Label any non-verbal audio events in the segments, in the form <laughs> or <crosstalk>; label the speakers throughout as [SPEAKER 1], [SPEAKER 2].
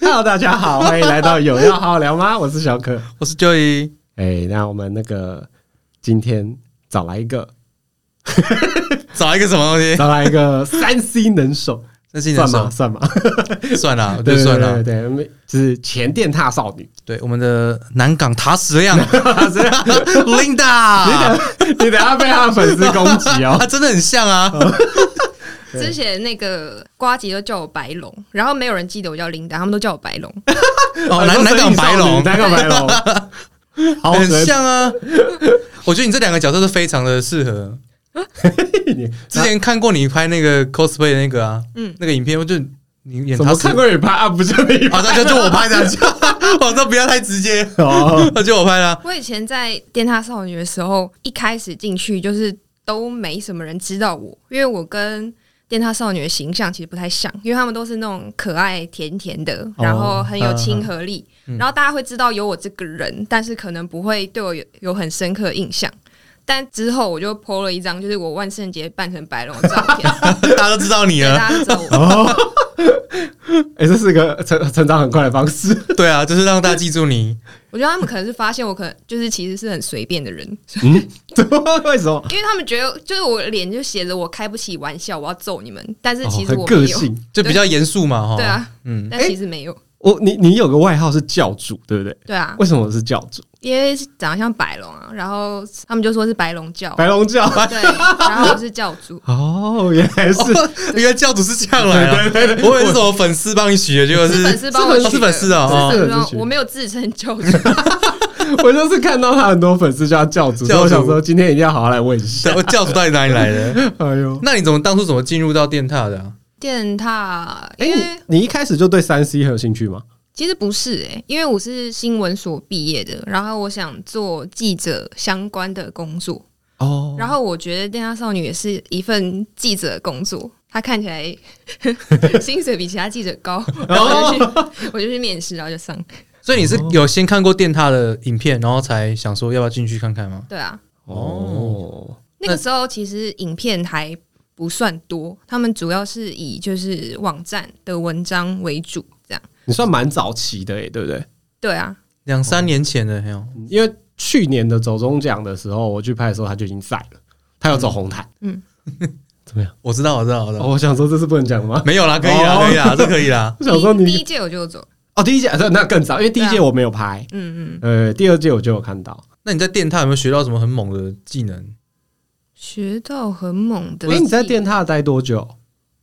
[SPEAKER 1] Hello，大家好，欢迎来到有要好好聊吗？我是小可。
[SPEAKER 2] 我是 Joy，
[SPEAKER 1] 哎、那我们那个今天找来一个，
[SPEAKER 2] 找一个什么东西？
[SPEAKER 1] 找来一
[SPEAKER 2] <laughs>
[SPEAKER 1] 个三 C 能手，
[SPEAKER 2] 那是你的
[SPEAKER 1] 算吗？
[SPEAKER 2] 手，
[SPEAKER 1] 算吗？
[SPEAKER 2] 算了，
[SPEAKER 1] 对
[SPEAKER 2] 对，算
[SPEAKER 1] <laughs> 对
[SPEAKER 2] 了，
[SPEAKER 1] 对对，就是前电踏少女。 <laughs>
[SPEAKER 2] 对，我们的南港塔矢亮，Linda，
[SPEAKER 1] 你等下被他的粉丝攻击哦
[SPEAKER 2] 她。真的很像啊，
[SPEAKER 1] 对
[SPEAKER 3] 之前那个瓜吉都叫我白龙，然后没有人记得我叫琳达，他们都叫
[SPEAKER 2] <laughs>
[SPEAKER 3] 我白龙。
[SPEAKER 2] <laughs>
[SPEAKER 1] <laughs>
[SPEAKER 2] 哦，南南港白龙，
[SPEAKER 1] 南港白
[SPEAKER 2] <laughs>
[SPEAKER 1] 龙，好
[SPEAKER 2] 很像啊。我觉得你这两个角色是非常的适合。
[SPEAKER 1] 你
[SPEAKER 2] 之前看过你拍那个 cosplay 的那个啊，
[SPEAKER 3] 嗯
[SPEAKER 2] 那个影片，我就你演
[SPEAKER 1] 怎
[SPEAKER 2] 塔
[SPEAKER 1] 么
[SPEAKER 2] 矢
[SPEAKER 1] 看，过你拍啊？不是你
[SPEAKER 2] 好
[SPEAKER 1] 拍
[SPEAKER 2] 像就就我拍的啊， <laughs> 我说不要太直接，
[SPEAKER 1] <laughs> 哦，
[SPEAKER 2] 那就我拍啊啦。
[SPEAKER 3] 我以前在电塔少女的时候，一开始进去就是都没什么人知道我，因为我跟电塔少女的形象其实不太像，因为他们都是那种可爱甜甜的，然后很有亲和力，
[SPEAKER 2] 嗯嗯
[SPEAKER 3] 然后大家会知道有我这个人，但是可能不会对我有有很深刻的印象。但之后我就 PO 了一张，就是我万圣节扮成白龙的照片，
[SPEAKER 2] <laughs> 大家都知道你
[SPEAKER 3] 所以
[SPEAKER 2] 了，
[SPEAKER 3] 大家都知道我。
[SPEAKER 1] 哦，哎、这是个成成长很快的方式。 <laughs>
[SPEAKER 2] 对啊，就是让大家记住你。
[SPEAKER 3] 我觉得他们可能是发现我可能就是其实是很随便的人， <laughs>
[SPEAKER 1] 嗯，怎么为什
[SPEAKER 2] 哦
[SPEAKER 1] 么？
[SPEAKER 3] 因为他们觉得就是我脸就写着我开不起玩笑，我要揍你们，但是其
[SPEAKER 1] 哦
[SPEAKER 3] 实
[SPEAKER 1] 很
[SPEAKER 3] 我
[SPEAKER 1] 个
[SPEAKER 3] 没有，
[SPEAKER 1] 性。
[SPEAKER 2] 就比较严肃嘛，哈。
[SPEAKER 3] 对啊，
[SPEAKER 2] 嗯，
[SPEAKER 3] 但其实没有，
[SPEAKER 1] 我你你有个外号是教主，对不对？
[SPEAKER 3] 对啊，
[SPEAKER 1] 为什么是教主？
[SPEAKER 3] 因为长得像白龙啊，然后他们就说是白龙教，
[SPEAKER 1] 白龙教。，
[SPEAKER 3] 对，然后我是教主
[SPEAKER 1] 哦，啊原来是
[SPEAKER 2] 原来教主是这样来啊的，对对对， <laughs> 我以为是什么粉丝帮你取的，结果
[SPEAKER 3] 是
[SPEAKER 2] 是
[SPEAKER 3] 粉丝帮我取的
[SPEAKER 2] 是粉丝啊，
[SPEAKER 1] 是
[SPEAKER 2] 哦
[SPEAKER 1] 粉丝
[SPEAKER 3] 然后
[SPEAKER 1] 取的
[SPEAKER 3] 我没有自称教主， <laughs>
[SPEAKER 1] 我就是看到他很多粉丝叫他教主，所以我
[SPEAKER 2] 教
[SPEAKER 1] 想
[SPEAKER 2] 主
[SPEAKER 1] 说今天一定要好好来问一下。
[SPEAKER 2] 对教主到底哪里来
[SPEAKER 3] <laughs>
[SPEAKER 2] 的？
[SPEAKER 1] 哎呦，
[SPEAKER 2] 那你怎么当初怎么进入到电塔的啊？
[SPEAKER 3] 电踏，
[SPEAKER 1] 哎、
[SPEAKER 3] 因为
[SPEAKER 1] 你你一开始就对三 C 很有兴趣吗？
[SPEAKER 3] 其实不是诶、因为我是新闻所毕业的，然后我想做记者相关的工作，
[SPEAKER 1] 哦，
[SPEAKER 3] 然后我觉得《电压少女》也是一份记者工作，她看起来 <laughs> 薪水比其他记者高，
[SPEAKER 1] 哦
[SPEAKER 3] 然后我就去，我就去面试，然后就上。
[SPEAKER 2] 所以你是有先看过电塔的影片，然后才想说要不要进去看看吗？
[SPEAKER 3] 对啊，
[SPEAKER 1] 哦，
[SPEAKER 3] 那个时候其实影片还不算多，他们主要是以就是网站的文章为主，这样。
[SPEAKER 1] 你算蛮早期的诶、对不对？
[SPEAKER 3] 对啊，
[SPEAKER 2] 两三年前的，还有
[SPEAKER 1] 因为去年的走中奖的时候，我去拍的时候他就已经在了，他有走红毯。嗯
[SPEAKER 3] 嗯，
[SPEAKER 1] 怎么样？
[SPEAKER 2] 我知道，我知道，我知
[SPEAKER 1] 哦，
[SPEAKER 2] 道，
[SPEAKER 1] 我想说这是不能讲的吗？
[SPEAKER 2] 没有啦，可以啦，
[SPEAKER 1] 哦
[SPEAKER 2] 可以啦，这可以
[SPEAKER 1] <laughs>
[SPEAKER 2] 啦。
[SPEAKER 1] 我想说
[SPEAKER 3] 第第
[SPEAKER 1] 你
[SPEAKER 3] 一届我就走，
[SPEAKER 1] 哦，第一届那那更早，因为第一届
[SPEAKER 3] 对啊
[SPEAKER 1] 我没有拍，
[SPEAKER 3] 嗯嗯，
[SPEAKER 1] 呃，第二届我就有看到。
[SPEAKER 2] 那你在电塔有没有学到什么很猛的技能？
[SPEAKER 3] 学到很猛的。
[SPEAKER 1] 哎，你在电塔待多久？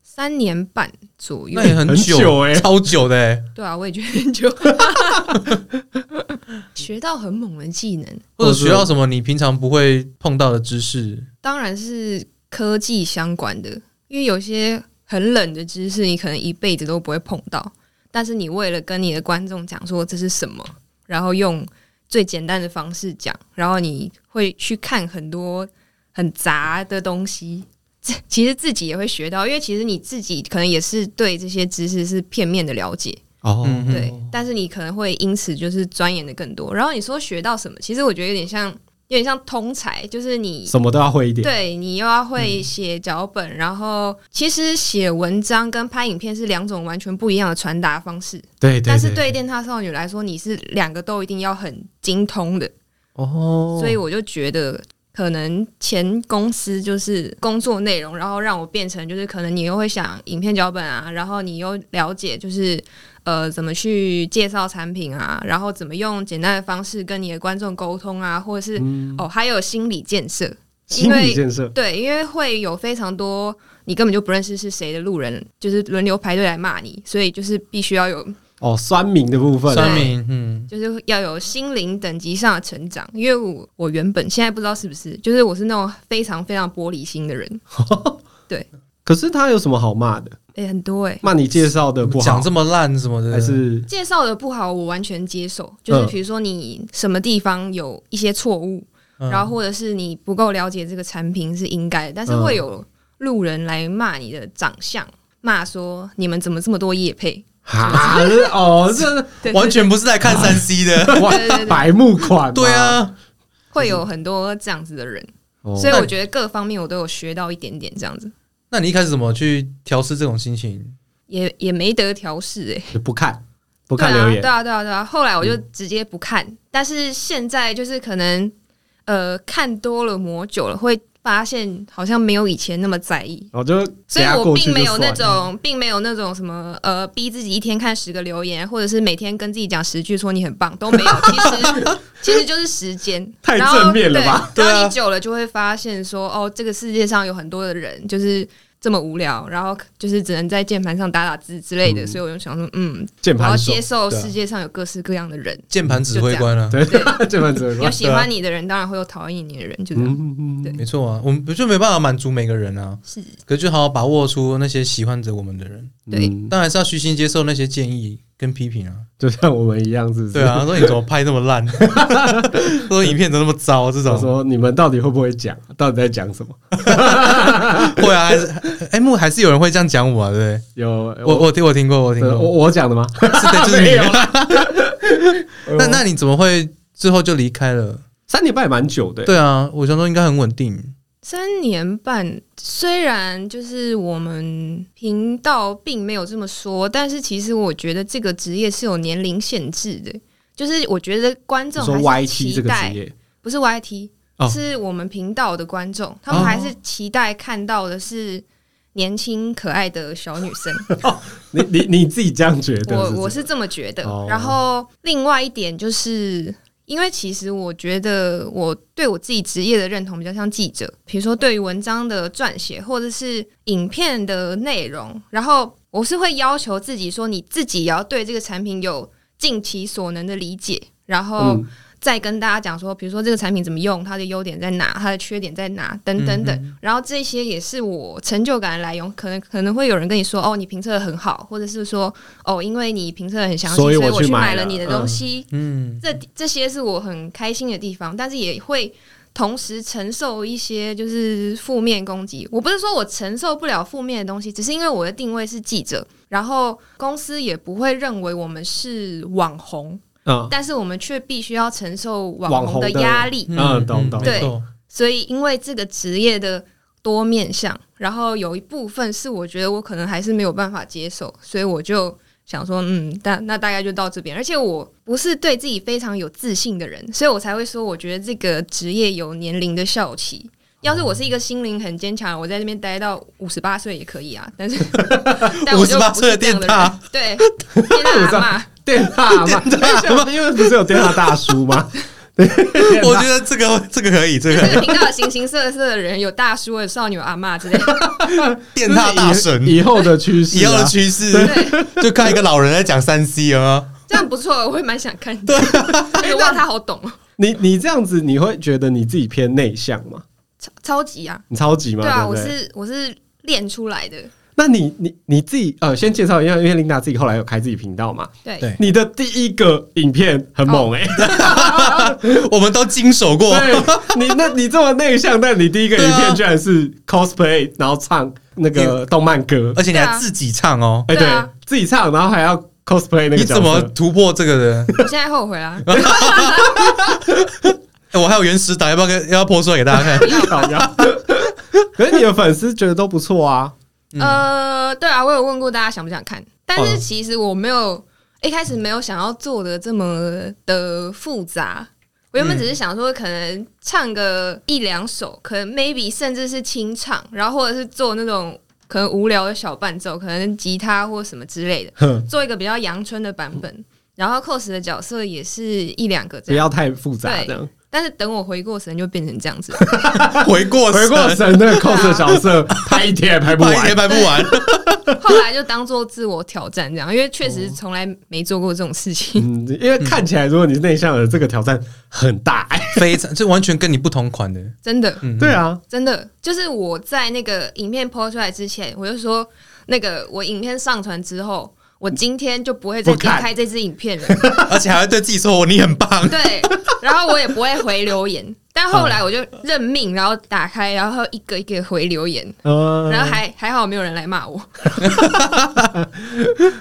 [SPEAKER 3] 三年半左右
[SPEAKER 2] 那，也很
[SPEAKER 1] 很久欸
[SPEAKER 2] 超久的欸，
[SPEAKER 3] 对啊，我也觉得就 <laughs> 学到很猛的技能。
[SPEAKER 2] 或者学到什么你平常不会碰到的知识？
[SPEAKER 3] 当然是科技相关的，因为有些很冷的知识，你可能一辈子都不会碰到。但是你为了跟你的观众讲说这是什么，然后用最简单的方式讲，然后你会去看很多很杂的东西。 <laughs> 这其实自己也会学到，因为其实你自己可能也是对这些知识是片面的了解，
[SPEAKER 1] 哦
[SPEAKER 2] 嗯哼
[SPEAKER 3] 对，但是你可能会因此就是钻研的更多。然后你说学到什么，其实我觉得有点像，有点像通才，就是你
[SPEAKER 1] 什么都要会一点。
[SPEAKER 3] 对你又要会写脚本，然后其实写文章跟拍影片是两种完全不一样的传达方式。
[SPEAKER 1] 对对
[SPEAKER 3] 但是对电塔少女来说，你是两个都一定要很精通的，
[SPEAKER 1] 哦，
[SPEAKER 3] 所以我就觉得。可能前公司就是工作内容，然后让我变成就是可能你又会想影片脚本啊，然后你又了解就是呃怎么去介绍产品啊，然后怎么用简单的方式跟你的观众沟通啊，或者是、
[SPEAKER 1] 嗯
[SPEAKER 3] 哦还有心理建设，
[SPEAKER 1] 心理建设
[SPEAKER 3] 对，因为会有非常多你根本就不认识是谁的路人，就是轮流排队来骂你，所以就是必须要有，
[SPEAKER 1] 哦，酸民的部分，
[SPEAKER 2] 酸民，嗯，
[SPEAKER 3] 就是要有心灵等级上的成长。因为我我原本现在不知道是不是，就是我是那种非常非常玻璃心的人，
[SPEAKER 1] 可是他有什么好骂的？
[SPEAKER 3] 哎、很多哎、
[SPEAKER 1] 骂你介绍的不好
[SPEAKER 2] 讲，这么烂什么的，
[SPEAKER 1] 还是
[SPEAKER 3] 介绍的不好，我完全接受。就是
[SPEAKER 1] 嗯
[SPEAKER 3] 比如说你什么地方有一些错误，
[SPEAKER 2] 嗯
[SPEAKER 3] 然后或者是你不够了解这个产品是应该的，但是
[SPEAKER 1] 嗯
[SPEAKER 3] 会有路人来骂你的长相，骂说你们怎么这么多叶配，
[SPEAKER 1] 啊 <laughs> 哦，这
[SPEAKER 3] 对
[SPEAKER 2] 嗯完全不是来看三 C
[SPEAKER 3] <laughs>
[SPEAKER 2] 的。
[SPEAKER 1] 哇
[SPEAKER 3] 对对对
[SPEAKER 1] 白目款嘛，
[SPEAKER 2] 对啊，
[SPEAKER 3] 会有很多这样子的人，
[SPEAKER 1] 哦，
[SPEAKER 3] 所以我觉得各方面我都有学到一点点这样子，
[SPEAKER 2] 那你一开始怎么去调试这种心情？
[SPEAKER 3] 也也没得调试哎，
[SPEAKER 1] 不看不
[SPEAKER 3] 对
[SPEAKER 1] 看留言嗯
[SPEAKER 3] 啊，对啊，对啊，对啊。后来我就直接不看，但是现在就是可能呃看多了磨久了，会发现好像没有以前那么在意。
[SPEAKER 1] 我哦就
[SPEAKER 3] 所
[SPEAKER 1] 给
[SPEAKER 3] 以
[SPEAKER 1] 他
[SPEAKER 3] 我
[SPEAKER 1] 过
[SPEAKER 3] 并
[SPEAKER 1] 去
[SPEAKER 3] 没
[SPEAKER 1] 就
[SPEAKER 3] 有
[SPEAKER 1] 算
[SPEAKER 3] 那
[SPEAKER 1] 了。
[SPEAKER 3] 种，并没有那种什么呃，逼自己一天看十个留言，或者是每天跟自己讲十句说你很棒都没有。其
[SPEAKER 1] <laughs>
[SPEAKER 3] 实其实就是时间，
[SPEAKER 1] 太
[SPEAKER 3] 然后
[SPEAKER 1] 正面了吧
[SPEAKER 2] 对
[SPEAKER 3] 对，
[SPEAKER 2] 啊
[SPEAKER 3] 然后你久了就会发现说，哦，这个世界上有很多的人就是这么无聊，然后就是只能在键盘上打打字之类的。
[SPEAKER 1] 嗯
[SPEAKER 3] 所以我就想说，嗯，
[SPEAKER 1] 键
[SPEAKER 3] 我要
[SPEAKER 1] 盘手
[SPEAKER 3] 接，受
[SPEAKER 2] 对啊
[SPEAKER 3] 世界上有各式各样的
[SPEAKER 1] <laughs>
[SPEAKER 3] 人，
[SPEAKER 2] 键盘指挥官啊，
[SPEAKER 1] 对， <laughs> 键盘手，
[SPEAKER 3] 有喜欢你的人，当然会有讨厌你的人，就这样。
[SPEAKER 1] 啊嗯，
[SPEAKER 3] 对
[SPEAKER 2] 没错啊，我们不就没办法满足每个人啊，
[SPEAKER 3] 是，
[SPEAKER 2] 可是就好好把握出那些喜欢着我们的人，
[SPEAKER 3] 对
[SPEAKER 1] 嗯
[SPEAKER 2] 当然是要虚心接受那些建议跟批评啊。
[SPEAKER 1] 就像我们一样，是不是？
[SPEAKER 2] 对啊，说你怎么拍那么烂， <laughs> 说影片怎么那么糟，这
[SPEAKER 1] 我
[SPEAKER 2] 种
[SPEAKER 1] 说你们到底会不会讲？到底在讲什么？
[SPEAKER 2] 会啊，还是哎木还是有人会这样讲我啊，对不
[SPEAKER 1] 有
[SPEAKER 2] 对？我我听我听过，我听
[SPEAKER 1] 呃我
[SPEAKER 2] 过，
[SPEAKER 1] 我讲的吗？
[SPEAKER 2] 是的，就是
[SPEAKER 1] 没
[SPEAKER 2] 你
[SPEAKER 1] 有。啦。
[SPEAKER 2] 那那你怎么会最后就离开了？
[SPEAKER 1] <laughs> 三年半也蛮久的欸，
[SPEAKER 2] 对啊，我想说应该很稳定，
[SPEAKER 3] 三年半，虽然就是我们频道并没有这么说，但是其实我觉得这个职业是有年龄限制的，就是我觉得观众
[SPEAKER 1] 你说
[SPEAKER 3] 还
[SPEAKER 1] Y
[SPEAKER 3] 是
[SPEAKER 1] 七
[SPEAKER 3] 期
[SPEAKER 1] 这个
[SPEAKER 3] 待
[SPEAKER 1] 职，业，
[SPEAKER 3] 不是 YT，、
[SPEAKER 2] 哦
[SPEAKER 3] 是我们频道的观众，他
[SPEAKER 1] 哦
[SPEAKER 3] 们还是期待看到的是年轻可爱的小女生。
[SPEAKER 1] 你 <laughs> 你你自己这样觉得？
[SPEAKER 3] 我
[SPEAKER 1] 是不
[SPEAKER 3] 我
[SPEAKER 1] 是
[SPEAKER 3] 是这么觉得。
[SPEAKER 1] 哦
[SPEAKER 3] 然后另外一点就是。因为其实我觉得我对我自己职业的认同比较像记者，比如说对于文章的撰写或者是影片的内容，然后我是会要求自己说你自己也要对这个产品有尽其所能的理解，然后
[SPEAKER 1] 嗯
[SPEAKER 3] 再跟大家讲说，比如说这个产品怎么用，它的优点在哪，它的缺点在哪，等等
[SPEAKER 1] 嗯
[SPEAKER 3] 等。然后这些也是我成就感的来源。可能可能会有人跟你说，哦，你评测的很好，或者是说，哦，因为你评测得很详细，
[SPEAKER 1] 所
[SPEAKER 3] 所
[SPEAKER 1] 以我
[SPEAKER 3] 我
[SPEAKER 1] 去
[SPEAKER 3] 去
[SPEAKER 1] 买
[SPEAKER 3] 买了
[SPEAKER 1] 了
[SPEAKER 3] 你的
[SPEAKER 1] 嗯
[SPEAKER 3] 东西。
[SPEAKER 2] 嗯，
[SPEAKER 3] 这这些是我很开心的地方，但是也会同时承受一些就是负面攻击。我不是说我承受不了负面的东西，只是因为我的定位是记者，然后公司也不会认为我们是网红，
[SPEAKER 1] 嗯
[SPEAKER 3] 但是我们却必须要承受网
[SPEAKER 1] 网
[SPEAKER 3] 红的
[SPEAKER 1] 红的
[SPEAKER 3] 压力。
[SPEAKER 2] 啊
[SPEAKER 1] 嗯懂懂
[SPEAKER 2] 没
[SPEAKER 3] 对
[SPEAKER 2] 错
[SPEAKER 3] 所以因为这个职业的多面向，然后有一部分是我觉得我可能还是没有办法接受，所以我就想说，嗯，那那大概就到这边。而且我不是对自己非常有自信的人，所以我才会说，我觉得这个职业有年龄的效期。要是我是一个心灵很坚强，我在那边待到五十八岁也可以啊。但是， <laughs> 但我
[SPEAKER 2] 58
[SPEAKER 3] 就不是这样的
[SPEAKER 2] 岁的电塔
[SPEAKER 3] 人，对， <laughs> 电塔阿嬷
[SPEAKER 1] 电塔嘛， <laughs> 因为不是有电塔大叔吗？
[SPEAKER 2] 我觉得这个这个可以，
[SPEAKER 3] <laughs>
[SPEAKER 2] 这
[SPEAKER 3] 就
[SPEAKER 2] 个
[SPEAKER 3] 这个频道有形形色色的人，有大叔、有少女、有阿嬷之类 <laughs> 的。
[SPEAKER 2] 电塔大神
[SPEAKER 1] 以后的趋势啊，
[SPEAKER 2] <laughs> 以后的趋势，就看一个老人在讲三 C 啊，
[SPEAKER 3] 这样不错，我会蛮想看的。而且哇，他好懂，哦，
[SPEAKER 1] 你你这样子，你会觉得你自己偏内向吗？
[SPEAKER 3] 超超级啊！
[SPEAKER 1] 你超级吗？
[SPEAKER 3] 对啊，
[SPEAKER 1] 不
[SPEAKER 3] 我
[SPEAKER 1] 对？
[SPEAKER 3] 是我是练出来的。
[SPEAKER 1] 那你你你自己呃，先介绍一下，因为琳达自己后来有开自己频道嘛。
[SPEAKER 3] 对，
[SPEAKER 2] 对
[SPEAKER 1] 你的第一个影片很猛哎、
[SPEAKER 2] 我们都经手过，
[SPEAKER 1] 对你那你这么内向，但你第一个影
[SPEAKER 2] 对啊
[SPEAKER 1] 片居然是 cosplay，然后唱那个动漫歌，
[SPEAKER 2] 而且你
[SPEAKER 3] 对
[SPEAKER 2] 还
[SPEAKER 3] 啊
[SPEAKER 2] 自己唱哦。
[SPEAKER 1] 哎、
[SPEAKER 3] 对啊
[SPEAKER 1] 对，自己唱，然后还要 cosplay 那个
[SPEAKER 2] 你
[SPEAKER 1] 角
[SPEAKER 2] 怎么
[SPEAKER 1] 色。
[SPEAKER 2] 突破这啊个的？ <laughs>
[SPEAKER 3] 我现在后悔啊啦，
[SPEAKER 2] 哎我还有原始档，要不要跟要不要播出来给大家看？ <laughs>
[SPEAKER 1] 搞笑 <laughs> 可是你的粉丝觉得都不错啊，
[SPEAKER 3] 呃，对啊，我有问过大家想不想看，但是
[SPEAKER 1] 嗯
[SPEAKER 3] 其实我没有一开始没有想要做的这么的复杂。我原本只是想说，可能唱个一两首，可能 maybe 甚至是清唱，然后或者是做那种可能无聊的小伴奏，可能吉他或什么之类的，
[SPEAKER 1] 哼
[SPEAKER 3] 做一个比较阳春的版本。然后 cos 的角色也是一两个这
[SPEAKER 1] 不
[SPEAKER 3] 样，
[SPEAKER 1] 要太复杂
[SPEAKER 2] <laughs>
[SPEAKER 3] 对
[SPEAKER 1] 这样。
[SPEAKER 3] 但是等我回过神就变成这样子了。 <laughs>
[SPEAKER 2] 回过
[SPEAKER 1] 回过神那个 cos 的角色，
[SPEAKER 3] 啊
[SPEAKER 1] 拍一天也拍不
[SPEAKER 2] 拍也
[SPEAKER 1] 完。
[SPEAKER 2] 拍不完。
[SPEAKER 3] 后来就当做自我挑战这样，因为确实从来没做过这种事情。
[SPEAKER 1] 嗯，因为看起来如果你是内向的，这个挑战很大、哎
[SPEAKER 2] <laughs> 非常，这完全跟你不同款的。
[SPEAKER 3] 真的，
[SPEAKER 2] 嗯，
[SPEAKER 1] 对，啊，
[SPEAKER 3] 真的，就是我在那个影片播出来之前，我就说，那个我影片上传之后，我今天就不会再
[SPEAKER 1] 不
[SPEAKER 3] 点
[SPEAKER 1] 看
[SPEAKER 3] 开这支影片了。 <laughs>
[SPEAKER 2] 而且还会对自己说：“哦我你很棒。
[SPEAKER 3] 对，然后我也不会回留言。但后来我就认命，然后打开，然后一个一个回留言，
[SPEAKER 1] 嗯，
[SPEAKER 3] 然后还还好没有人来骂我。”
[SPEAKER 2] <laughs>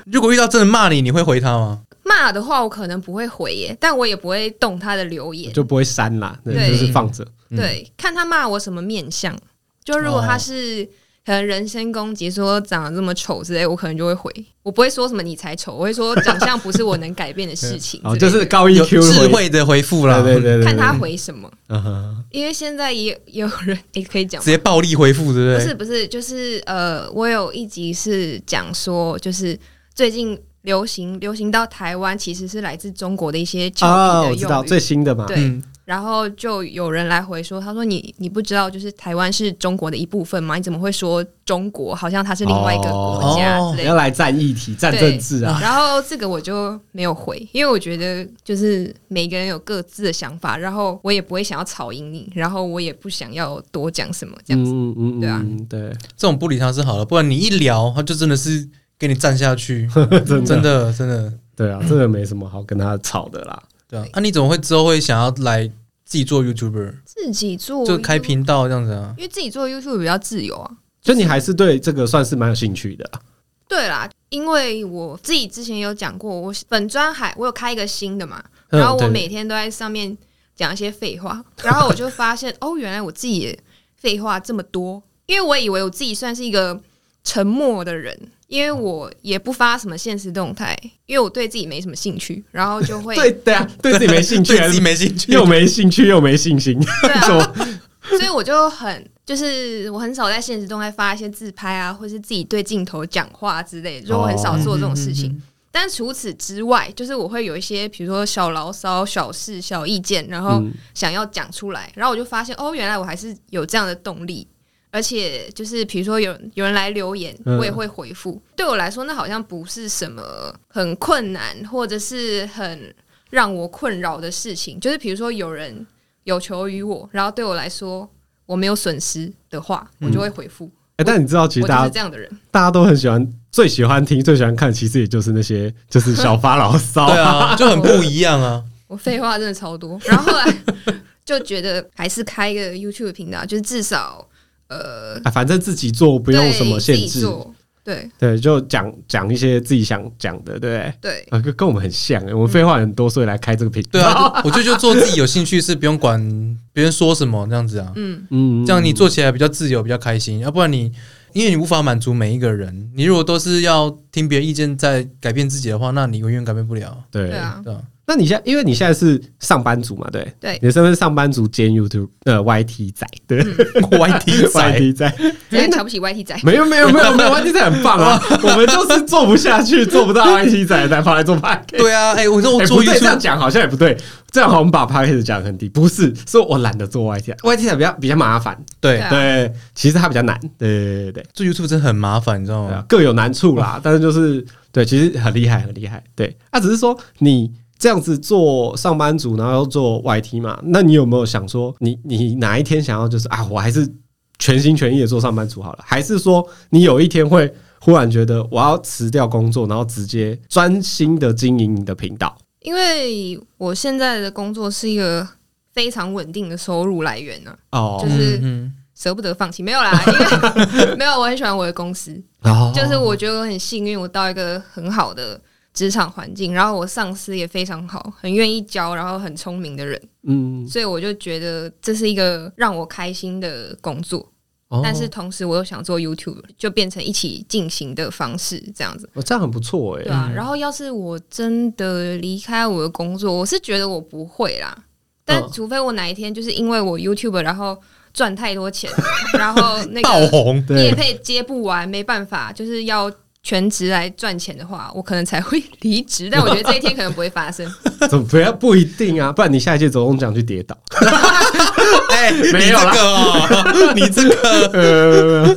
[SPEAKER 2] 如果遇到真的骂你，你会回他吗？
[SPEAKER 3] 骂的话，我可能不会回耶，但我也不会动他的留言。
[SPEAKER 1] 就不会删啦，对，
[SPEAKER 3] 对
[SPEAKER 1] 就是放着。
[SPEAKER 2] 嗯
[SPEAKER 3] 对，看他骂我什么面相。就如果他是、可能人身攻击说长得这么丑之类，我可能就会回，我不会说什么你才丑，我会说长相不是我能改变的
[SPEAKER 1] <laughs>
[SPEAKER 3] 事情之
[SPEAKER 1] 哦，
[SPEAKER 3] 类的，
[SPEAKER 1] 就是高
[SPEAKER 2] 有
[SPEAKER 1] EQ 的
[SPEAKER 2] 智
[SPEAKER 1] 回，
[SPEAKER 2] 慧的回复啦，嗯
[SPEAKER 1] 对对对对，对
[SPEAKER 3] 看他，回什么，
[SPEAKER 1] 嗯哼
[SPEAKER 3] 因为现在也也有人也、可以讲
[SPEAKER 2] 直
[SPEAKER 3] 吗。
[SPEAKER 2] 接暴力回复，对
[SPEAKER 3] 不
[SPEAKER 2] 不
[SPEAKER 3] 是
[SPEAKER 2] 对？
[SPEAKER 3] 不是，就是呃，我有一集是讲说，就是最近流行流行到台湾，其实是来自中国的一些俏
[SPEAKER 1] 啊，
[SPEAKER 3] 皮
[SPEAKER 1] 我
[SPEAKER 3] 的
[SPEAKER 1] 知
[SPEAKER 3] 用
[SPEAKER 1] 道
[SPEAKER 3] 语。
[SPEAKER 1] 最新的嘛，
[SPEAKER 3] 对
[SPEAKER 2] 嗯，
[SPEAKER 3] 然后就有人来回说，他说你你不知道，就是台湾是中国的一部分吗？你怎么会说中国好像它是另外一个国家
[SPEAKER 2] 哦
[SPEAKER 3] 之类的？
[SPEAKER 1] 要来战议题、战政治啊，
[SPEAKER 3] 然后这个我就没有回，因为我觉得就是每个人有各自的想法，然后我也不会想要吵赢你，然后我也不想要多讲什么这样子。
[SPEAKER 1] 嗯嗯嗯，
[SPEAKER 3] 对啊
[SPEAKER 1] 嗯，对，
[SPEAKER 2] 这种不理他是好了，不然你一聊，他就真的是给你站下
[SPEAKER 1] <laughs>
[SPEAKER 2] 去，真的真的，
[SPEAKER 1] 对啊，这个没什么好跟他吵的啦。
[SPEAKER 2] 对啊。那、你怎么会之后会想要来自己做 YouTuber，
[SPEAKER 3] 自己做
[SPEAKER 2] 就开频道这样子啊？
[SPEAKER 3] 因为自己做 YouTube 比较自由啊。
[SPEAKER 1] 所以你还是对这个算是蛮有兴趣的啊，
[SPEAKER 3] 对啦，因为我自己之前有讲过，我本专还我有开一个新的嘛，
[SPEAKER 2] 嗯
[SPEAKER 3] 然后我
[SPEAKER 2] 对
[SPEAKER 3] 每天都在上面讲一些废话，然后我就发现 <laughs> 哦，原来我自己也废话这么多，因为我以为我自己算是一个沉默的人，因为我也不发什么现实动态，因为我对自己没什么兴趣，然后就
[SPEAKER 1] <laughs>
[SPEAKER 3] 会
[SPEAKER 1] 对对啊，对自己没兴趣，
[SPEAKER 2] <laughs> 对
[SPEAKER 1] 还
[SPEAKER 2] 自己
[SPEAKER 1] 是
[SPEAKER 2] 没兴趣，
[SPEAKER 1] 又没兴趣又没信心，
[SPEAKER 2] <laughs>
[SPEAKER 3] 对啊
[SPEAKER 1] 怎么
[SPEAKER 3] 所以我就很就是我很少在现实动态发一些自拍啊，或是自己对镜头讲话之类的，就我很少做这种事情。
[SPEAKER 2] 嗯嗯嗯
[SPEAKER 3] 但除此之外，就是我会有一些，比如说小牢骚、小事、小意见，然后
[SPEAKER 1] 嗯
[SPEAKER 3] 想要讲出来，然后我就发现，哦，原来我还是有这样的动力，而且就是比如说有有人来留言，
[SPEAKER 1] 嗯
[SPEAKER 3] 我也会回复。对我来说，那好像不是什么很困难，或者是很让我困扰的事情。就是比如说有人有求于我，然后对我来说我没有损失的话，我就会回复。
[SPEAKER 1] 哎但你知道，嗯其
[SPEAKER 3] 我
[SPEAKER 1] 实
[SPEAKER 3] 就
[SPEAKER 1] 大
[SPEAKER 3] 是
[SPEAKER 1] 家
[SPEAKER 3] 这样的人，
[SPEAKER 1] 大家都很喜欢，最喜欢听、最喜欢看，其实也就是那些就是小发牢骚
[SPEAKER 2] 对。啊，就很不一样啊。
[SPEAKER 3] 我废话真的超多。然后
[SPEAKER 1] <laughs>
[SPEAKER 3] 后来就觉得还是开一个 YouTube 频道，就是至少呃
[SPEAKER 1] 啊，反正自己做不
[SPEAKER 3] 不
[SPEAKER 1] 用什么限
[SPEAKER 3] 自己
[SPEAKER 1] 制，
[SPEAKER 3] 做，对
[SPEAKER 1] 对，就讲讲一些自己想讲的，对不对？
[SPEAKER 3] 对。
[SPEAKER 1] 啊，跟跟我们很像、欸，我们废话很多，所以来开这个频道。
[SPEAKER 2] 嗯对
[SPEAKER 1] <laughs>
[SPEAKER 2] 啊，我就就做自己有兴趣，是不用管别人说什么这样子啊。
[SPEAKER 3] 嗯，
[SPEAKER 1] 嗯，嗯
[SPEAKER 2] 这样你做起来比较自由，比较开心。啊要不然你，因为你无法满足每一个人，你如果都是要听别人意见在改变自己的话，那你永远改变不了，
[SPEAKER 1] 对
[SPEAKER 3] 对啊，
[SPEAKER 2] 对吧？
[SPEAKER 1] 那你现在，因为你现在是上班族嘛，对，
[SPEAKER 3] 对嗯
[SPEAKER 1] 你的身份是上班族兼 YouTube 呃 YT 仔，对 <laughs>
[SPEAKER 2] 歪题仔，
[SPEAKER 1] ，YT 仔，
[SPEAKER 3] 真的瞧不起 YT 仔。
[SPEAKER 1] 没有没有没有没
[SPEAKER 2] <laughs>
[SPEAKER 1] 有 YT 仔很棒啊，我们就是做不下去，做不到 YT 仔，才跑来做 p a r k
[SPEAKER 2] <laughs> 对啊，哎、我说我做
[SPEAKER 1] 不对，这样
[SPEAKER 2] YouTube，
[SPEAKER 1] 讲好像也不对，这样好像我们把 p a r k 讲得很低，不是，是我懒得做 YT，YT 仔比较比较麻烦，
[SPEAKER 2] 对
[SPEAKER 3] 对啊
[SPEAKER 1] 对，其实它比较难，对对对对
[SPEAKER 2] 做 YouTube 真的很麻烦，你知道
[SPEAKER 1] 对啊
[SPEAKER 2] 吗？
[SPEAKER 1] 各有难处 <laughs> 啦，但是就是对，其实很厉害，很厉害。对，啊，只是说你这样子做上班族，然后又做 YT 嘛，那你有没有想说你，你哪一天想要就是啊，我还是全心全意的做上班族好了？还是说你有一天会忽然觉得我要辞掉工作，然后直接专心的经营你的频道？
[SPEAKER 3] 因为我现在的工作是一个非常稳定的收入来源呢、
[SPEAKER 1] 哦
[SPEAKER 3] 就，是
[SPEAKER 2] 嗯嗯
[SPEAKER 3] 舍不得放弃。没有啦，
[SPEAKER 1] <laughs>
[SPEAKER 3] 因为没有，我很喜欢我的公司，
[SPEAKER 1] 哦
[SPEAKER 3] 就是我觉得我很幸运，我到一个很好的职场环境，然后我上司也非常好，很愿意教，然后很聪明的人，
[SPEAKER 1] 嗯，
[SPEAKER 3] 所以我就觉得这是一个让我开心的工作。
[SPEAKER 1] 哦
[SPEAKER 3] 嗯但是同时我又想做 YouTube，就变成一起进行的方式这样子。
[SPEAKER 1] 哦，这样很不错哎、
[SPEAKER 3] 对啊，
[SPEAKER 2] 嗯
[SPEAKER 3] 然后要是我真的离开我的工作，我是觉得我不会啦。但
[SPEAKER 1] 嗯
[SPEAKER 3] 除非我哪一天就是因为我 YouTube，然后赚太多钱，然后那
[SPEAKER 2] 爆
[SPEAKER 3] 个
[SPEAKER 2] 红，
[SPEAKER 3] 业
[SPEAKER 1] 对，
[SPEAKER 3] 配接不完，没办法，就是要全职来赚钱的话，我可能才会离职。但我觉得这一天可能不会发生。
[SPEAKER 1] <laughs> 怎么不要不一定啊？不然你下一届总统奖去跌倒。
[SPEAKER 2] 哎、
[SPEAKER 1] <laughs>
[SPEAKER 2] 你
[SPEAKER 1] 没有
[SPEAKER 2] 这
[SPEAKER 1] 啦
[SPEAKER 2] 个哦，你这个
[SPEAKER 1] <laughs> 呃，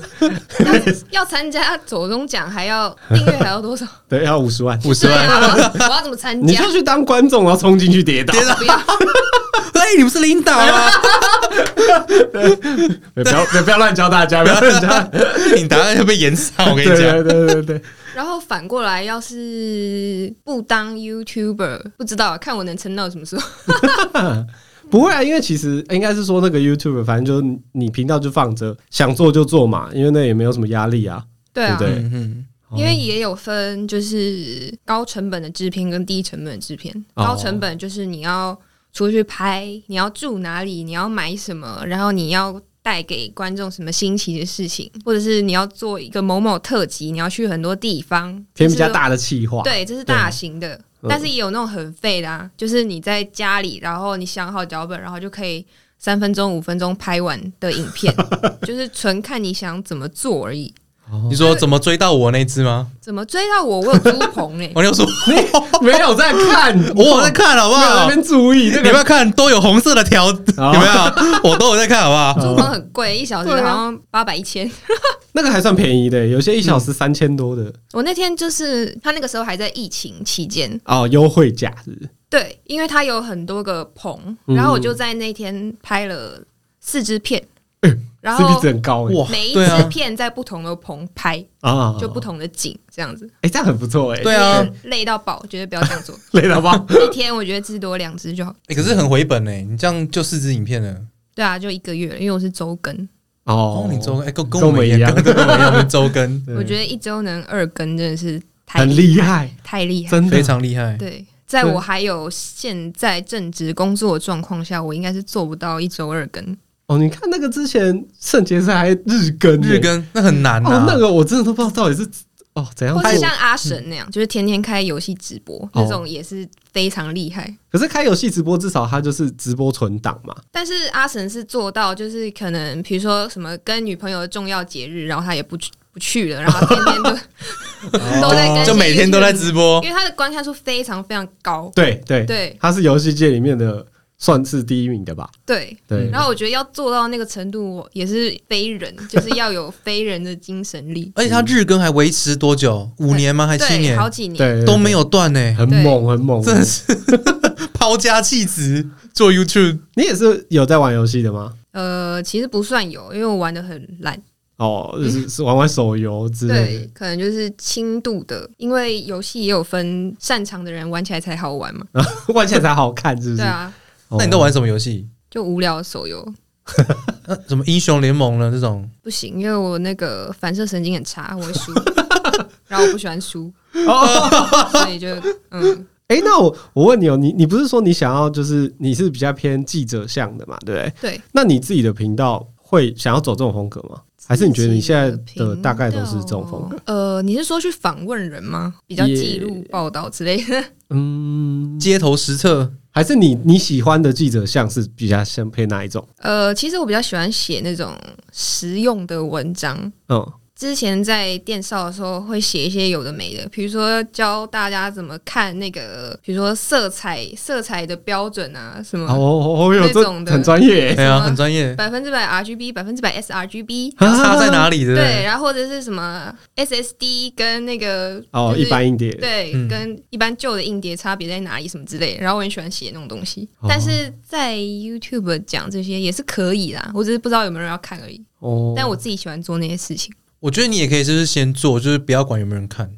[SPEAKER 3] 要要参加走中奖，还要订阅，还要多少？
[SPEAKER 1] <laughs> 对，要五十万。
[SPEAKER 2] 五十万，
[SPEAKER 3] <laughs> 我要怎么参
[SPEAKER 1] 你
[SPEAKER 3] 加
[SPEAKER 1] 就？去当观众，然后冲进去跌倒，
[SPEAKER 2] 跌倒，
[SPEAKER 3] 不要，
[SPEAKER 2] 哎、你不是领
[SPEAKER 1] <laughs>
[SPEAKER 2] 导啊？
[SPEAKER 1] 不要不要乱教大家，不要
[SPEAKER 2] <laughs>
[SPEAKER 1] 乱教。
[SPEAKER 2] 你答案会被延上，我跟
[SPEAKER 1] 对啊
[SPEAKER 2] 你
[SPEAKER 1] 对
[SPEAKER 2] 讲。
[SPEAKER 1] 对对对，
[SPEAKER 3] 然后反过来，要是不当 YouTuber，不知道看我能撑到什么时候。 <laughs>
[SPEAKER 1] 不会啊，因为其实应该是说那个 YouTube，反正就是你频道就放着，想做就做嘛，因为那也没有什么压力啊。
[SPEAKER 3] 对啊，
[SPEAKER 1] 对
[SPEAKER 2] 嗯嗯，
[SPEAKER 3] 因为也有分，就是高成本的制片跟低成本的制片。
[SPEAKER 1] 哦
[SPEAKER 3] 高成本就是你要出去拍，你要住哪里，你要买什么，然后你要带给观众什么新奇的事情，或者是你要做一个某某特辑，你要去很多地方，
[SPEAKER 1] 偏比较
[SPEAKER 3] 就是
[SPEAKER 1] 大的气化，
[SPEAKER 3] 对，这是大型的，
[SPEAKER 1] 嗯
[SPEAKER 3] 但是也有那种很废的啊，就是你在家里，然后你想好脚本，然后就可以三分钟、五分钟拍完的影片，就是纯看你想怎么做而已。
[SPEAKER 2] 你说怎么追到我那只吗？
[SPEAKER 3] 怎么追到我？我有猪
[SPEAKER 2] <laughs>
[SPEAKER 3] 棚哎、
[SPEAKER 2] 王六说，
[SPEAKER 1] 没有在看，
[SPEAKER 2] <laughs> 我有在看好不
[SPEAKER 1] 没有哦在那
[SPEAKER 2] 好？
[SPEAKER 1] 边注意这
[SPEAKER 2] 你
[SPEAKER 1] 个
[SPEAKER 2] 们要看都有红色的条，有没
[SPEAKER 1] <laughs>
[SPEAKER 2] 有？我都有在看好不好？
[SPEAKER 3] 猪棚很贵，一小时
[SPEAKER 1] 对啊
[SPEAKER 3] 好像八百一千。
[SPEAKER 1] 那个还算便宜的，有些一小时三千多的
[SPEAKER 3] 我那天就是他那个时候还在疫情期间，
[SPEAKER 2] 嗯
[SPEAKER 1] 哦，优惠价是不是
[SPEAKER 3] 对，因为他有很多个棚，
[SPEAKER 1] 嗯
[SPEAKER 3] 然后我就在那天拍了四支片，然
[SPEAKER 1] ，CP
[SPEAKER 3] 后
[SPEAKER 1] 值很高哎
[SPEAKER 2] 哇
[SPEAKER 3] 每一
[SPEAKER 2] 对
[SPEAKER 3] 支
[SPEAKER 2] 啊，
[SPEAKER 3] 片在不同的棚拍，
[SPEAKER 1] 啊，
[SPEAKER 3] 就不同的景这样子。
[SPEAKER 1] 哎，这样很不错哎，
[SPEAKER 2] 对啊
[SPEAKER 3] 今天累到爆，绝对不要这样做。
[SPEAKER 1] <laughs>
[SPEAKER 3] <laughs>
[SPEAKER 1] 累了
[SPEAKER 2] <laughs>
[SPEAKER 1] 吧？
[SPEAKER 3] 一天我觉得至多两支就好。
[SPEAKER 2] 欸可是很回本呢，你这样就四支影片了。
[SPEAKER 3] 对啊，就一个月了，因为我是周更，
[SPEAKER 1] 哦
[SPEAKER 2] 哦，，你周哎跟
[SPEAKER 1] 跟
[SPEAKER 2] 跟我
[SPEAKER 1] 我
[SPEAKER 2] 们
[SPEAKER 1] 们
[SPEAKER 2] 一
[SPEAKER 1] 一
[SPEAKER 2] 样，
[SPEAKER 1] 样
[SPEAKER 2] 跟跟我们一样，我们
[SPEAKER 1] <laughs>
[SPEAKER 2] 周更
[SPEAKER 1] 对
[SPEAKER 3] 我觉得一周能二更真的是太
[SPEAKER 1] 很厉害，
[SPEAKER 3] 太厉害。
[SPEAKER 1] 真的
[SPEAKER 2] 非常厉害。
[SPEAKER 3] 对，在我还有现在正职工作的状况下，我应该是做不到一周二更。
[SPEAKER 1] 哦。你看那个之前圣杰赛还日更欸
[SPEAKER 2] 日更啊那很难
[SPEAKER 1] 哦，那
[SPEAKER 2] 呐，
[SPEAKER 1] 个我真的都不知道到底是哦怎样
[SPEAKER 3] 或
[SPEAKER 1] 做
[SPEAKER 3] 是。像阿神
[SPEAKER 1] 嗯
[SPEAKER 3] 那样，就是天天开游戏直播，那种也是非常厉害。
[SPEAKER 1] 可是开游戏直播至少它就是直播存档嘛，
[SPEAKER 3] 但是阿神是做到，就是可能比如说什么跟女朋友的重要节日，然后他也不去不去了，然后天天都都在更新
[SPEAKER 2] 哦就每天都在直播。
[SPEAKER 3] 因，为他的观看数非常非常高。
[SPEAKER 1] 对对，
[SPEAKER 3] 对
[SPEAKER 1] 它是游戏界里面的算是第一名的吧？
[SPEAKER 3] 对，
[SPEAKER 1] 对，
[SPEAKER 3] 嗯然后我觉得要做到那个程度，我也是非人，就是要有非人的精神
[SPEAKER 1] <laughs>
[SPEAKER 3] 力
[SPEAKER 2] 哎而且他日更还维持多久？五年吗？还七
[SPEAKER 3] 对，
[SPEAKER 2] 年？
[SPEAKER 3] 好几年。
[SPEAKER 1] 对
[SPEAKER 2] 都没
[SPEAKER 1] 有，
[SPEAKER 2] 有断呢，
[SPEAKER 1] 很
[SPEAKER 3] 对
[SPEAKER 1] 猛很猛，
[SPEAKER 2] 真的是 <laughs> 抛家弃子做 YouTube。
[SPEAKER 1] 你也是有在玩游戏的吗？
[SPEAKER 3] 呃，其实不算有，因为我玩的很烂。
[SPEAKER 1] 哦，
[SPEAKER 3] 嗯
[SPEAKER 1] 就是是玩玩手游之类
[SPEAKER 3] 对
[SPEAKER 1] 的。，
[SPEAKER 3] 可能就是轻度的，因为游戏也有分擅长的人玩起来才好玩嘛。
[SPEAKER 1] 玩起来才好看，是不是？
[SPEAKER 3] 对啊，
[SPEAKER 1] 哦
[SPEAKER 2] 那你都玩什么游戏？
[SPEAKER 3] 就无聊的手游
[SPEAKER 2] 那什么英雄联盟呢？这种
[SPEAKER 3] 不行，因为我那个反射神经很差，我
[SPEAKER 1] <laughs>
[SPEAKER 3] 会输，然后我不喜欢输，
[SPEAKER 1] 哦？
[SPEAKER 3] <laughs> 所以就嗯，
[SPEAKER 1] 哎、那我我问你哦，你你不是说你想要就是你是比较偏记者向的嘛，对不对？
[SPEAKER 3] 对。
[SPEAKER 1] 那你自己的频道会想要走这种风格吗？还是你觉得你现在的大概都是这种风格？
[SPEAKER 3] 格？呃，你是说去访问人吗？比较
[SPEAKER 1] 也
[SPEAKER 3] 记录报道之类的。
[SPEAKER 1] 嗯，
[SPEAKER 2] 街头实测，
[SPEAKER 1] 还是你你喜欢的记者向是比较像偏哪一种？
[SPEAKER 3] 呃，其实我比较喜欢写那种实用的文章。
[SPEAKER 1] 嗯，
[SPEAKER 3] 之前在电少的时候会写一些有的没的，比如说教大家怎么看那个，比如说色彩色彩的标准啊，什么
[SPEAKER 1] 哦哦哦，有
[SPEAKER 3] 那
[SPEAKER 1] 这
[SPEAKER 3] 种的
[SPEAKER 1] 很专
[SPEAKER 2] <laughs>
[SPEAKER 1] 业、
[SPEAKER 2] 对
[SPEAKER 3] 什
[SPEAKER 2] 啊，
[SPEAKER 3] 么
[SPEAKER 2] 很专业。
[SPEAKER 3] 百分之百 RGB、百分之百 sRGB，
[SPEAKER 2] 差在哪里？对不
[SPEAKER 3] 啊对，
[SPEAKER 2] 对？
[SPEAKER 3] 然后或者是什么 SSD 跟那个
[SPEAKER 1] 哦，
[SPEAKER 3] 就是
[SPEAKER 1] 一般一点。
[SPEAKER 3] 对，
[SPEAKER 2] 嗯
[SPEAKER 3] 跟一般旧的硬碟差别在哪里什么之类的，然后我很喜欢写那种东西，
[SPEAKER 1] 哦
[SPEAKER 3] 但是在 YouTube 讲这些也是可以啦，我只是不知道有没有人要看而已。
[SPEAKER 1] 哦，
[SPEAKER 3] 但我自己喜欢做那些事情，
[SPEAKER 2] 我觉得你也可以就是先做，就是不要管有没有人看，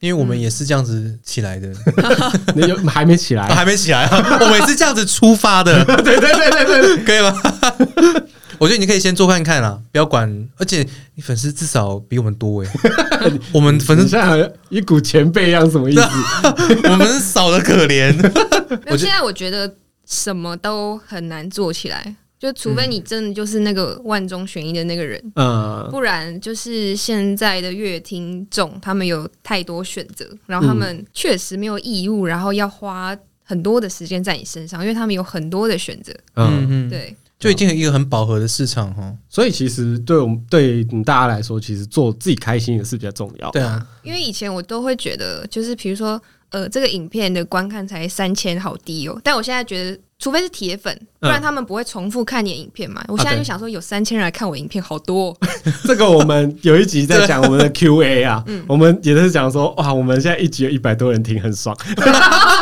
[SPEAKER 2] 因为我们
[SPEAKER 3] 嗯
[SPEAKER 2] 也是这样子起来的，
[SPEAKER 1] 你有还没起来？
[SPEAKER 2] <laughs> 还没起来啊，我们也是这样子出发的，
[SPEAKER 1] <laughs> 对对对对对，
[SPEAKER 2] 可以吗？ <laughs> 我觉得你可以先做看看啦，不要管，而且你粉丝至少比我们
[SPEAKER 1] <laughs>
[SPEAKER 2] 多哎、我们粉
[SPEAKER 1] 你
[SPEAKER 2] 丝
[SPEAKER 1] 现在好像一股前辈一样，什么意思？
[SPEAKER 2] <laughs> 我们少的可怜，
[SPEAKER 3] 因为现在我觉得什么都很难做起来，就除非你真的就是那个万中选一的那个人，
[SPEAKER 1] 嗯，
[SPEAKER 3] 不然就是现在的乐听众，他们有太多选择，然后他们确实没有义务，然后要花很多的时间在你身上，因为他们有很多的选择。
[SPEAKER 1] <laughs> 嗯
[SPEAKER 2] 嗯，嗯，
[SPEAKER 3] 对，
[SPEAKER 2] 就已经有一个很饱和的市场哦哈。
[SPEAKER 1] 所以其实对我们对你大家来说，其实做自己开心也是比较重要。
[SPEAKER 2] 对啊，
[SPEAKER 3] 因为以前我都会觉得，就是比如说，呃，这个影片的观看才三千，好低哦。但我现在觉得，除非是铁粉，不然他们不会重复看你的影片嘛。我现在就想说，有三千人来看我影片，好多、哦。
[SPEAKER 1] 这个我们有一集在讲我们的 Q&A 啊，我们也是讲说，哇，我们现在一集有一百多人听，很爽。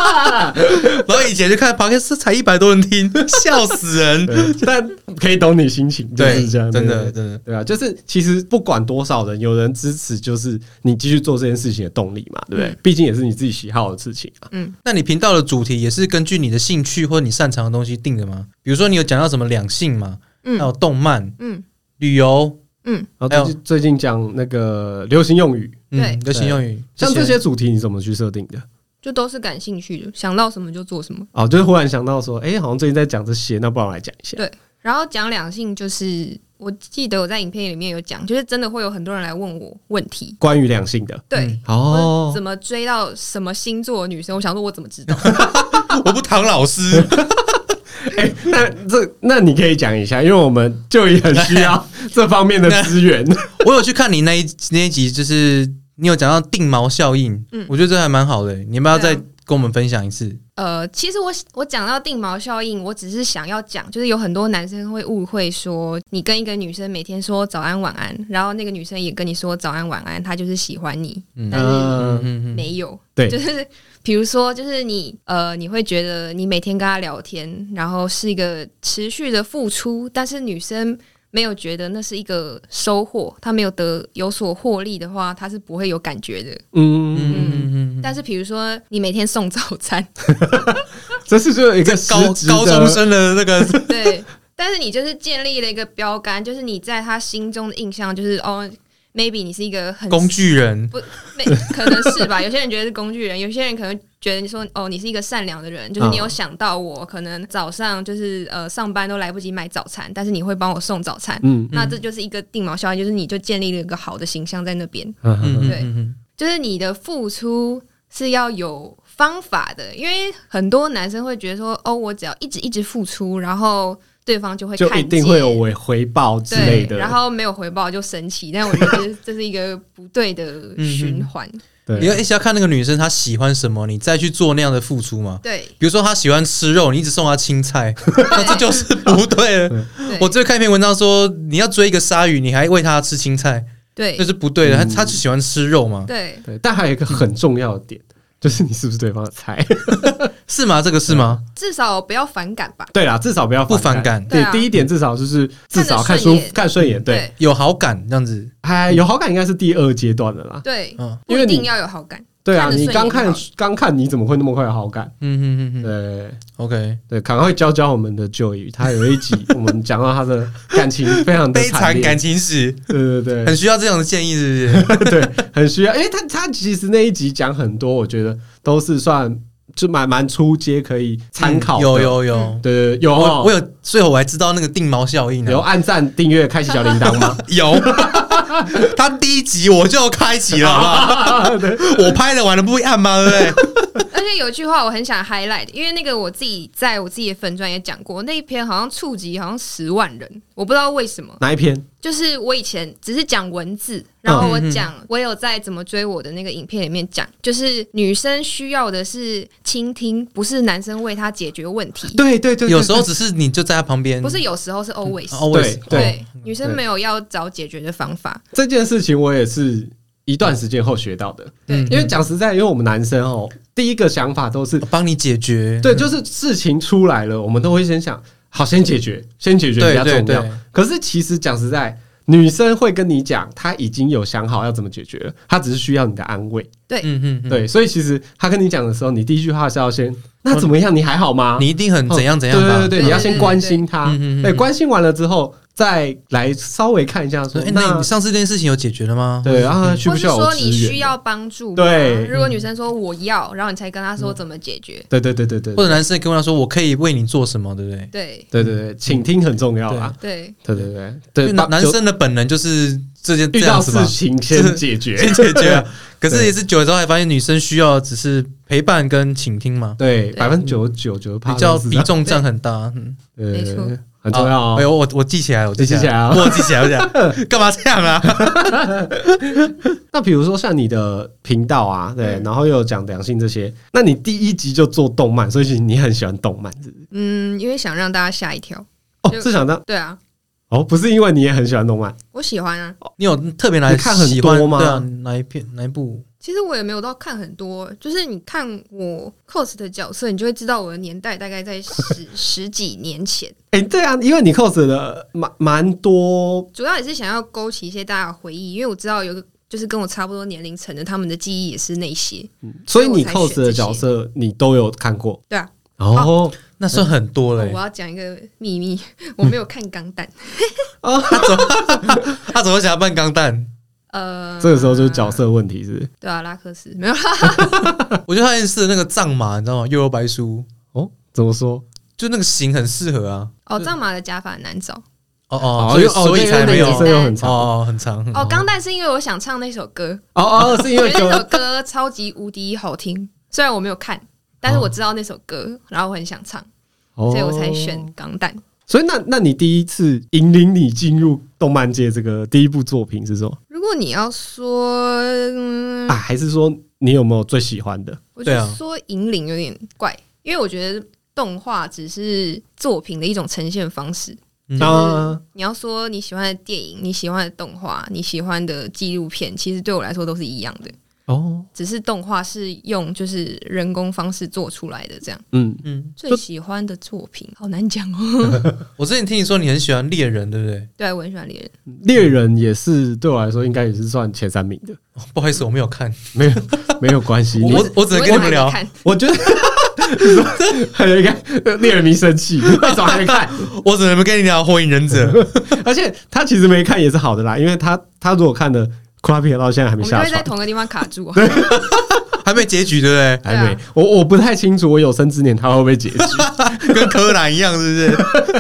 [SPEAKER 2] 然后以前就看 p o d c a s 才一百多人
[SPEAKER 1] <laughs>
[SPEAKER 2] 听，笑死 <laughs> 人。
[SPEAKER 1] 对但可以懂你心情，就是这样，
[SPEAKER 2] 真
[SPEAKER 1] 对
[SPEAKER 2] 的
[SPEAKER 1] 对
[SPEAKER 2] 真的，
[SPEAKER 1] 对啊，就是其实不管多少人，有人支持，就是你继续做这件事情的动力嘛，对不对
[SPEAKER 3] 嗯？
[SPEAKER 1] 毕竟也是你自己喜好的事情啊。
[SPEAKER 2] 那你频道的主题也是根据你的兴趣或你擅长的东西定的吗？比如说你有讲到什么两性嘛，还
[SPEAKER 3] 嗯
[SPEAKER 2] 有动漫、
[SPEAKER 3] 嗯
[SPEAKER 2] 旅游，
[SPEAKER 3] 嗯，
[SPEAKER 1] 然后
[SPEAKER 2] 还有
[SPEAKER 1] 最近最近讲那个流行用语，
[SPEAKER 3] 对
[SPEAKER 2] 嗯，流行用语，
[SPEAKER 1] 像这
[SPEAKER 2] 些。
[SPEAKER 1] 些主题你怎么去设定的？
[SPEAKER 3] 就都是感兴趣的，想到什么就做什么。
[SPEAKER 1] 哦，就是忽然想到说，哎、好像最近在讲这些，那不然我来讲一下。
[SPEAKER 3] 对然后讲两性就是我记得我在影片里面有讲，就是真的会有很多人来问我问题，
[SPEAKER 1] 关于两性的
[SPEAKER 3] 对，
[SPEAKER 1] <laughs>
[SPEAKER 3] 或者
[SPEAKER 1] 哦，
[SPEAKER 3] 怎么追到什么星座的女生？我想说，我怎么知道？
[SPEAKER 2] 我不唐老师，
[SPEAKER 1] 哎那这那你可以讲一下，因为我们就也很需要这方面的资源。
[SPEAKER 2] <laughs> 我有去看你那一那一集，就是你有讲到定毛效应，
[SPEAKER 3] 嗯
[SPEAKER 2] 我觉得这还蛮好的、欸你要不要再
[SPEAKER 3] 对啊
[SPEAKER 2] 跟我们分享一次？
[SPEAKER 3] 呃，其实我我讲到定毛效应，我只是想要讲，就是有很多男生会误会说，你跟一个女生每天说早安晚安，然后那个女生也跟你说早安晚安，她就是喜欢你，
[SPEAKER 2] 嗯
[SPEAKER 3] 但是
[SPEAKER 2] 嗯
[SPEAKER 1] 嗯，
[SPEAKER 2] 嗯嗯，
[SPEAKER 3] 没有，
[SPEAKER 1] 对
[SPEAKER 3] 就是比如说，就是你呃，你会觉得你每天跟她聊天，然后是一个持续的付出，但是女生没有觉得那是一个收获，她没有得有所获利的话，她是不会有感觉的。
[SPEAKER 1] 嗯，
[SPEAKER 2] 嗯嗯嗯嗯，
[SPEAKER 3] 但是比如说，你每天送早餐，
[SPEAKER 1] 这是就一个
[SPEAKER 2] 高
[SPEAKER 1] 实质的
[SPEAKER 2] 高中生的那个
[SPEAKER 3] <laughs> 对，但是你就是建立了一个标杆，就是你在她心中的印象就是哦，maybe 你是一个很
[SPEAKER 2] 工具人，
[SPEAKER 3] 不，没可能是吧？有些人觉得是工具人，有些人可能觉得你说哦，你是一个善良的人，就是你
[SPEAKER 1] 嗯
[SPEAKER 3] 有想到我，可能早上就是呃上班都来不及买早餐，但是你会帮我送早餐，
[SPEAKER 1] 嗯
[SPEAKER 3] 那这就是一个定锚效应，就是你就建立了一个好的形象在那边，
[SPEAKER 1] 嗯嗯
[SPEAKER 2] 嗯
[SPEAKER 1] 嗯
[SPEAKER 3] 对
[SPEAKER 2] 嗯
[SPEAKER 3] 就是你的付出是要有方法的，因为很多男生会觉得说哦，我只要一直一直付出，然后对方就会
[SPEAKER 1] 就
[SPEAKER 3] 看
[SPEAKER 1] 一
[SPEAKER 3] 见，
[SPEAKER 1] 定会有回回报之类
[SPEAKER 3] 对，
[SPEAKER 1] 的。
[SPEAKER 3] 然后没有回报就生气，但我觉得这是一 <laughs> 个不对的循环。
[SPEAKER 2] 嗯，你要
[SPEAKER 1] 对，
[SPEAKER 2] 一直要看那个女生她喜欢什么，你再去做那样的付出嘛。
[SPEAKER 3] 对，
[SPEAKER 2] 比如说她喜欢吃肉，你一直送她青菜， <laughs> 那哦这就是哦不对的。
[SPEAKER 3] 对
[SPEAKER 2] 我最近看一篇文章说，你要追一个鲨鱼，你还喂它吃青菜，
[SPEAKER 3] 对
[SPEAKER 2] 那是不对的。她
[SPEAKER 1] 嗯
[SPEAKER 2] 她就喜欢吃肉嘛，
[SPEAKER 3] 对
[SPEAKER 1] 对，但还有一个很重要的点，就是你是不是对方的菜？ <laughs>
[SPEAKER 2] 是吗？这个是吗？
[SPEAKER 3] 至少不要反感吧。
[SPEAKER 1] 对啦，至少不要
[SPEAKER 2] 不反
[SPEAKER 1] 反。
[SPEAKER 2] 感，
[SPEAKER 3] 对
[SPEAKER 1] 对
[SPEAKER 3] 啊，
[SPEAKER 1] 第一点至少就是至少
[SPEAKER 3] 看
[SPEAKER 1] 看
[SPEAKER 3] 得顺
[SPEAKER 1] 舒
[SPEAKER 3] 眼
[SPEAKER 1] 看顺眼，对，
[SPEAKER 2] 有好感这样子。
[SPEAKER 1] 还有好感应该是第二阶段的啦。
[SPEAKER 3] 对，
[SPEAKER 2] 嗯
[SPEAKER 3] 不
[SPEAKER 1] 因为
[SPEAKER 3] 一
[SPEAKER 1] 你
[SPEAKER 3] 定要有好感。 <laughs>
[SPEAKER 1] 对啊，
[SPEAKER 3] 看得顺
[SPEAKER 1] 你
[SPEAKER 3] 眼
[SPEAKER 1] 刚看
[SPEAKER 3] 就
[SPEAKER 1] 刚看你怎么会那么快有好感？
[SPEAKER 2] 嗯嗯嗯嗯
[SPEAKER 1] 对
[SPEAKER 2] ，OK。
[SPEAKER 1] 对，赶快教教我们的 Joy，他有一集我们讲到他的感情非常的
[SPEAKER 2] 悲惨
[SPEAKER 1] 烈
[SPEAKER 2] 感，情史
[SPEAKER 1] 对对对
[SPEAKER 2] 很需要这样的建议，是不是？
[SPEAKER 1] 对，很需要，因为他他其实那一集讲很多，我觉得都是算就蛮蛮出街可以参考的，
[SPEAKER 2] <laughs> 有有有
[SPEAKER 3] 嗯，
[SPEAKER 1] 对对有
[SPEAKER 2] 我我
[SPEAKER 1] 有
[SPEAKER 2] 有，最后我还知道那个定毛效应
[SPEAKER 1] 有
[SPEAKER 2] 啊，
[SPEAKER 1] 按赞订阅开启小铃铛吗？
[SPEAKER 2] <laughs> 有。他第一集我就开启了，好不好？ <laughs> 我拍的完了不会按吗？对不对？
[SPEAKER 3] 而且有一句话我很想 highlight，因为那个我自己在我自己的粉专也讲过，那一篇好像触及好像十万人，我不知道为什么。
[SPEAKER 1] 哪一篇？
[SPEAKER 3] 就是我以前只是讲文字，然后我
[SPEAKER 2] 嗯
[SPEAKER 3] 讲我有在怎么追我的那个影片里面讲，就是女生需要的是倾听，不是男生为她解决问题。
[SPEAKER 1] 对对对，
[SPEAKER 2] <laughs> 有时候
[SPEAKER 1] 对
[SPEAKER 2] 只是你就在他旁边，
[SPEAKER 3] 不是有时候是 always，、
[SPEAKER 1] 嗯
[SPEAKER 2] always
[SPEAKER 1] 哦对
[SPEAKER 3] 对，女生
[SPEAKER 1] 对
[SPEAKER 3] 没有要找解决的方法。
[SPEAKER 1] 这件事情我也是一段时间后学到的，
[SPEAKER 2] 嗯
[SPEAKER 3] 对
[SPEAKER 1] 因为讲实在，因为我们男生哦，第一个想法都是
[SPEAKER 2] 帮你解决，
[SPEAKER 1] 对，就是事情出来了，我们都会先想，好，先解决，先解决比
[SPEAKER 2] 对
[SPEAKER 1] 较
[SPEAKER 2] 对
[SPEAKER 1] 重
[SPEAKER 2] 对
[SPEAKER 1] 要。，可是其实讲实在，女生会跟你讲，她已经有想好要怎么解决了，她只是需要你的安慰。
[SPEAKER 2] 嗯嗯嗯，
[SPEAKER 1] 对，所以其实她跟你讲的时候，你第一句话是要先，那怎么样？你还好吗？
[SPEAKER 2] 你一定很怎样怎
[SPEAKER 1] 对
[SPEAKER 2] 样吧？
[SPEAKER 1] 嗯对对对，你要先关心她
[SPEAKER 2] 嗯嗯嗯嗯。
[SPEAKER 1] 对，关心完了之后，再来稍微看一下说
[SPEAKER 2] 说哎，那
[SPEAKER 1] 那
[SPEAKER 2] 你嗯上次这件事情有解决了吗？
[SPEAKER 1] 对，然后需
[SPEAKER 3] 或
[SPEAKER 1] 不
[SPEAKER 3] 是
[SPEAKER 1] 需要我
[SPEAKER 3] 说
[SPEAKER 1] 支
[SPEAKER 3] 你需
[SPEAKER 1] 援？
[SPEAKER 3] 要帮助吗？
[SPEAKER 1] 对嗯
[SPEAKER 3] 如果女生说我要，然后你才跟她说怎么解决。
[SPEAKER 1] 对对对对对
[SPEAKER 2] 或，者男生跟我说我可以为你做什么，对不
[SPEAKER 1] 嗯
[SPEAKER 2] 对？
[SPEAKER 1] 对
[SPEAKER 3] 对
[SPEAKER 1] 对对，倾听很重要啊。
[SPEAKER 3] 对
[SPEAKER 1] 对对对
[SPEAKER 2] 嗯因
[SPEAKER 1] 对，
[SPEAKER 2] 为
[SPEAKER 1] 把
[SPEAKER 2] 男男
[SPEAKER 1] 就
[SPEAKER 2] 生的本能就是这件这
[SPEAKER 1] 遇
[SPEAKER 2] 样
[SPEAKER 1] 到
[SPEAKER 2] 子
[SPEAKER 1] 事
[SPEAKER 2] 吧，
[SPEAKER 1] 情先解决
[SPEAKER 2] 先。解决
[SPEAKER 1] <laughs>
[SPEAKER 2] 啊。可是也是久了之后，还发现女生需要只是陪伴跟倾听嘛，
[SPEAKER 1] 对，
[SPEAKER 3] 对
[SPEAKER 1] 百分之九十九九
[SPEAKER 2] 比
[SPEAKER 1] 比
[SPEAKER 2] 较比重占很大。嗯，
[SPEAKER 1] 对，
[SPEAKER 3] 没错
[SPEAKER 1] 啊很重要
[SPEAKER 2] 啊
[SPEAKER 1] 哦
[SPEAKER 2] 哎。呦，我我记起来，我记
[SPEAKER 1] 你记起来啊
[SPEAKER 2] 我记起来，我记
[SPEAKER 1] <laughs>
[SPEAKER 2] 起来干嘛这样啊？
[SPEAKER 1] 那比如说像你的频道啊，对，
[SPEAKER 3] 嗯
[SPEAKER 1] 然后又有讲两性这些，那你第一集就做动漫，所以其实你很喜欢动漫，是不是？
[SPEAKER 3] 嗯，因为想让大家吓一跳。
[SPEAKER 1] 哦，
[SPEAKER 3] 就是
[SPEAKER 1] 想到
[SPEAKER 3] 对啊，
[SPEAKER 1] 哦，不是因为你也很喜欢动漫，
[SPEAKER 3] 我喜欢啊。
[SPEAKER 2] 你有特别来
[SPEAKER 1] 你看很
[SPEAKER 2] 喜欢
[SPEAKER 1] 多吗
[SPEAKER 2] 对啊，哪一片哪一部？
[SPEAKER 3] 其实我也没有到看很多，就是你看我 cos 的角色，你就会知道我的年代大概
[SPEAKER 1] <laughs>
[SPEAKER 3] 在十十几年前。
[SPEAKER 1] 哎，对啊，因为你 cos 的蛮蛮多，
[SPEAKER 3] 主要也是想要勾起一些大家的回忆，因为我知道有个就是跟我差不多年龄层的，他们的记忆也是那些。
[SPEAKER 1] 所以你
[SPEAKER 3] 所以我才选
[SPEAKER 1] cos 的角色你都有看过
[SPEAKER 3] 对啊，
[SPEAKER 1] 哦。
[SPEAKER 2] 那算很多
[SPEAKER 3] 哦
[SPEAKER 2] 嘞
[SPEAKER 3] 我。要讲一个秘密， <laughs> 我没有看《钢弹》。
[SPEAKER 2] 他怎么他怎么想要扮钢弹？
[SPEAKER 3] 呃，
[SPEAKER 1] 这个时候就是角色问题，是不是？
[SPEAKER 3] 对啊，拉克斯没有啦，
[SPEAKER 2] 我觉得他认识的那个藏马，你知道吗？幼儿白书，
[SPEAKER 1] 哦，怎么说？
[SPEAKER 2] 就那个型很适合啊。
[SPEAKER 3] 哦，藏马的假发很难找，
[SPEAKER 2] 哦哦，
[SPEAKER 1] 哦
[SPEAKER 2] 所以
[SPEAKER 1] 因为哦
[SPEAKER 2] 所以
[SPEAKER 1] 对
[SPEAKER 2] 才
[SPEAKER 1] 因为
[SPEAKER 2] 没有
[SPEAKER 1] 那个真的很长
[SPEAKER 2] 哦，很长
[SPEAKER 3] 哦，钢弹是因为我想唱那首歌，
[SPEAKER 1] 哦哦，是因
[SPEAKER 3] 我
[SPEAKER 1] 为
[SPEAKER 3] 觉得那首
[SPEAKER 1] 歌
[SPEAKER 3] 歌超级无敌好听，虽然我没有看，但是我知道那首歌，然后我很想唱，
[SPEAKER 1] 哦，
[SPEAKER 3] 所以我才选钢弹。
[SPEAKER 1] 所以那那你第一次引领你进入动漫界这个第一部作品是什么、
[SPEAKER 3] 如果你要说，嗯
[SPEAKER 1] 啊？，还是说你有没有最喜欢的？
[SPEAKER 3] 我觉
[SPEAKER 2] 对
[SPEAKER 3] 得
[SPEAKER 2] 啊
[SPEAKER 3] 说引领有点怪，因为我觉得动画只是作品的一种呈现方式。
[SPEAKER 2] 嗯
[SPEAKER 1] 啊，
[SPEAKER 3] 你要说你喜欢的电影、你喜欢的动画、你喜欢的纪录片，其实对我来说都是一样的，
[SPEAKER 1] 哦，
[SPEAKER 3] 只是动画是用就是人工方式做出来的。这样
[SPEAKER 1] 嗯，
[SPEAKER 2] 嗯，
[SPEAKER 3] 最喜欢的作品好难讲哦。
[SPEAKER 2] 我之前听你说你很喜欢猎人，对不对？
[SPEAKER 3] <laughs> 对，我很喜欢猎人，
[SPEAKER 1] 猎人也是对我来说应该也是算前三名的，
[SPEAKER 2] 哦 <laughs> 不好意思，我没有看，
[SPEAKER 1] 没有 <laughs> 没有关
[SPEAKER 3] <laughs>
[SPEAKER 1] 系，你
[SPEAKER 2] 我我只能跟
[SPEAKER 3] 我
[SPEAKER 2] 你
[SPEAKER 3] 还
[SPEAKER 2] 们
[SPEAKER 3] 没
[SPEAKER 2] 聊，
[SPEAKER 3] 看
[SPEAKER 1] 我 <laughs> 觉得你说很应该呃猎人迷生气，为什么还没看？
[SPEAKER 2] 我只能跟你聊《火影忍者》。
[SPEAKER 1] <laughs> 而且他其实没看也是好的啦，因为他他如果看了，库拉皮到现在还
[SPEAKER 3] 我
[SPEAKER 1] 没
[SPEAKER 3] 们就
[SPEAKER 1] 下
[SPEAKER 3] 会在
[SPEAKER 1] 船，
[SPEAKER 3] 同个地方卡住啊。
[SPEAKER 2] 还没结局，对不
[SPEAKER 1] 还
[SPEAKER 3] 对啊
[SPEAKER 1] 没。我我不太清楚，我有生之年他会不会
[SPEAKER 3] <laughs>
[SPEAKER 1] 结局？
[SPEAKER 2] 对？跟柯南一样，是不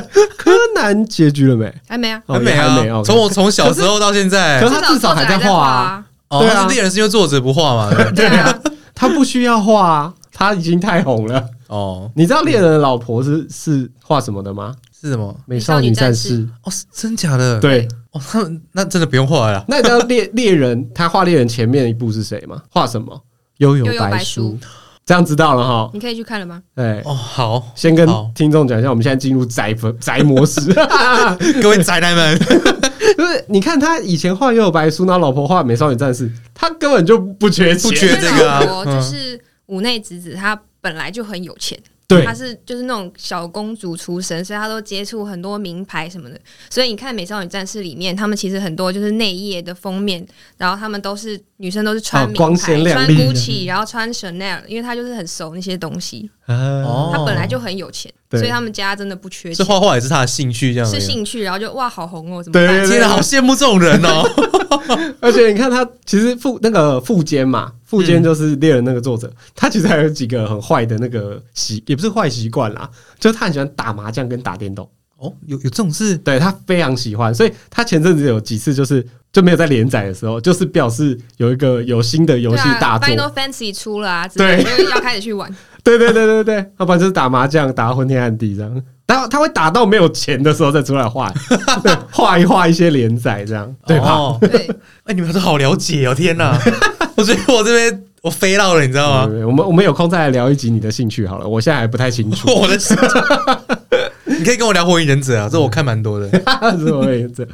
[SPEAKER 2] 是？
[SPEAKER 1] 柯南结局了没？
[SPEAKER 3] 还没啊，
[SPEAKER 1] <laughs> 哦
[SPEAKER 2] 还没
[SPEAKER 1] 也还没
[SPEAKER 2] 啊，
[SPEAKER 1] 哦。
[SPEAKER 2] 从我从小时候到现在
[SPEAKER 1] 可，是他至少还在画啊
[SPEAKER 2] 哦，
[SPEAKER 1] 对啊
[SPEAKER 2] 但是猎人是因为作者不画嘛？对不
[SPEAKER 1] <laughs>
[SPEAKER 2] 对
[SPEAKER 3] 作者还在画啊。对啊，
[SPEAKER 1] 他不需要画、啊，他已经太红 <laughs> 了。
[SPEAKER 2] 哦，
[SPEAKER 1] 你知道猎人的老婆是是画什么的吗？
[SPEAKER 2] 是什么？
[SPEAKER 1] 美
[SPEAKER 3] 少
[SPEAKER 1] 少
[SPEAKER 3] 女
[SPEAKER 1] 女
[SPEAKER 3] 战
[SPEAKER 1] 战
[SPEAKER 3] 士
[SPEAKER 1] 士。
[SPEAKER 2] 哦，是真假的？，
[SPEAKER 1] 对，
[SPEAKER 2] 哦，他们那真的不用画了啦。
[SPEAKER 1] 那你知道猎猎人他画猎人前面一部是谁吗？画什么？悠
[SPEAKER 3] 悠悠白
[SPEAKER 1] 白
[SPEAKER 3] 书，
[SPEAKER 1] 这样知道了哈。哎
[SPEAKER 3] 你可以去看了吗？
[SPEAKER 1] 对，
[SPEAKER 2] 哦，好，
[SPEAKER 1] 先跟
[SPEAKER 2] 好
[SPEAKER 1] 听众讲一下，我们现在进入宅粉 <laughs> 宅模式，
[SPEAKER 2] 各位宅
[SPEAKER 1] <laughs>
[SPEAKER 2] 男们，
[SPEAKER 1] 就是你看他以前画《幽游白书》，然后老婆画《美少女战士》，他根本就不缺钱，
[SPEAKER 2] 不缺这个啊
[SPEAKER 3] 因为老婆
[SPEAKER 2] 嗯
[SPEAKER 3] 就是五内直子，她本来就很有钱，
[SPEAKER 1] 对
[SPEAKER 3] 她是就是那种小公主出身，所以她都接触很多名牌什么的。所以你看《美少女战士》里面，他们其实很多就是内页的封面，然后他们都是女生都是穿
[SPEAKER 1] 哦
[SPEAKER 3] 名牌、
[SPEAKER 1] 光鲜亮
[SPEAKER 3] 穿
[SPEAKER 1] 丽
[SPEAKER 3] GUCCI，然后穿 Chanel，因为她就是很熟那些东西，
[SPEAKER 1] 哦
[SPEAKER 2] 哦，
[SPEAKER 3] 她本来就很有钱，
[SPEAKER 1] 对
[SPEAKER 3] 所以他们家真的不缺
[SPEAKER 2] 这
[SPEAKER 3] 钱。
[SPEAKER 2] 画画也是他的兴趣，这样而
[SPEAKER 3] 是
[SPEAKER 2] 已。
[SPEAKER 3] 兴趣，然后就哇，好红哦，怎么
[SPEAKER 1] 啊对
[SPEAKER 3] 办？
[SPEAKER 1] 对
[SPEAKER 2] 天哪，好羡慕这种人哦！
[SPEAKER 1] <laughs> 而且你看他其实副那个副监嘛，副监就是
[SPEAKER 2] 嗯
[SPEAKER 1] 猎人那个作者，他其实还有几个很坏的那个习，也不是坏习惯啦，就是他很喜欢打麻将跟打电动，
[SPEAKER 2] 哦，有有这种事
[SPEAKER 1] 对他非常喜欢，所以他前阵子有几次就是就没有在连载的时候，就是表示有一个有新的游戏
[SPEAKER 3] 对
[SPEAKER 1] 大
[SPEAKER 3] 啊
[SPEAKER 1] 作，
[SPEAKER 3] ，Final Fantasy 出了啊，之类的就是要开始去玩。
[SPEAKER 1] 对对对对对，要不然就是打麻将打到昏天暗地这样。他他会打到没有钱的时候再出来画， <laughs> 对画一画一些连载这样，对吧？
[SPEAKER 2] 哦
[SPEAKER 3] 对，
[SPEAKER 2] 哎，你们都好了解哦！
[SPEAKER 1] <laughs>
[SPEAKER 2] 天哪，我觉得我这边我飞到了，你知
[SPEAKER 1] 对
[SPEAKER 2] 道吗？
[SPEAKER 1] 对对我们我们有空再来聊一集你的兴趣好了，我现在还不太清
[SPEAKER 2] <laughs>
[SPEAKER 1] 楚。
[SPEAKER 2] 我的心，你可以跟我聊《火影忍者》啊，这我看蛮
[SPEAKER 1] <laughs>
[SPEAKER 2] 多的。
[SPEAKER 1] 是我也这样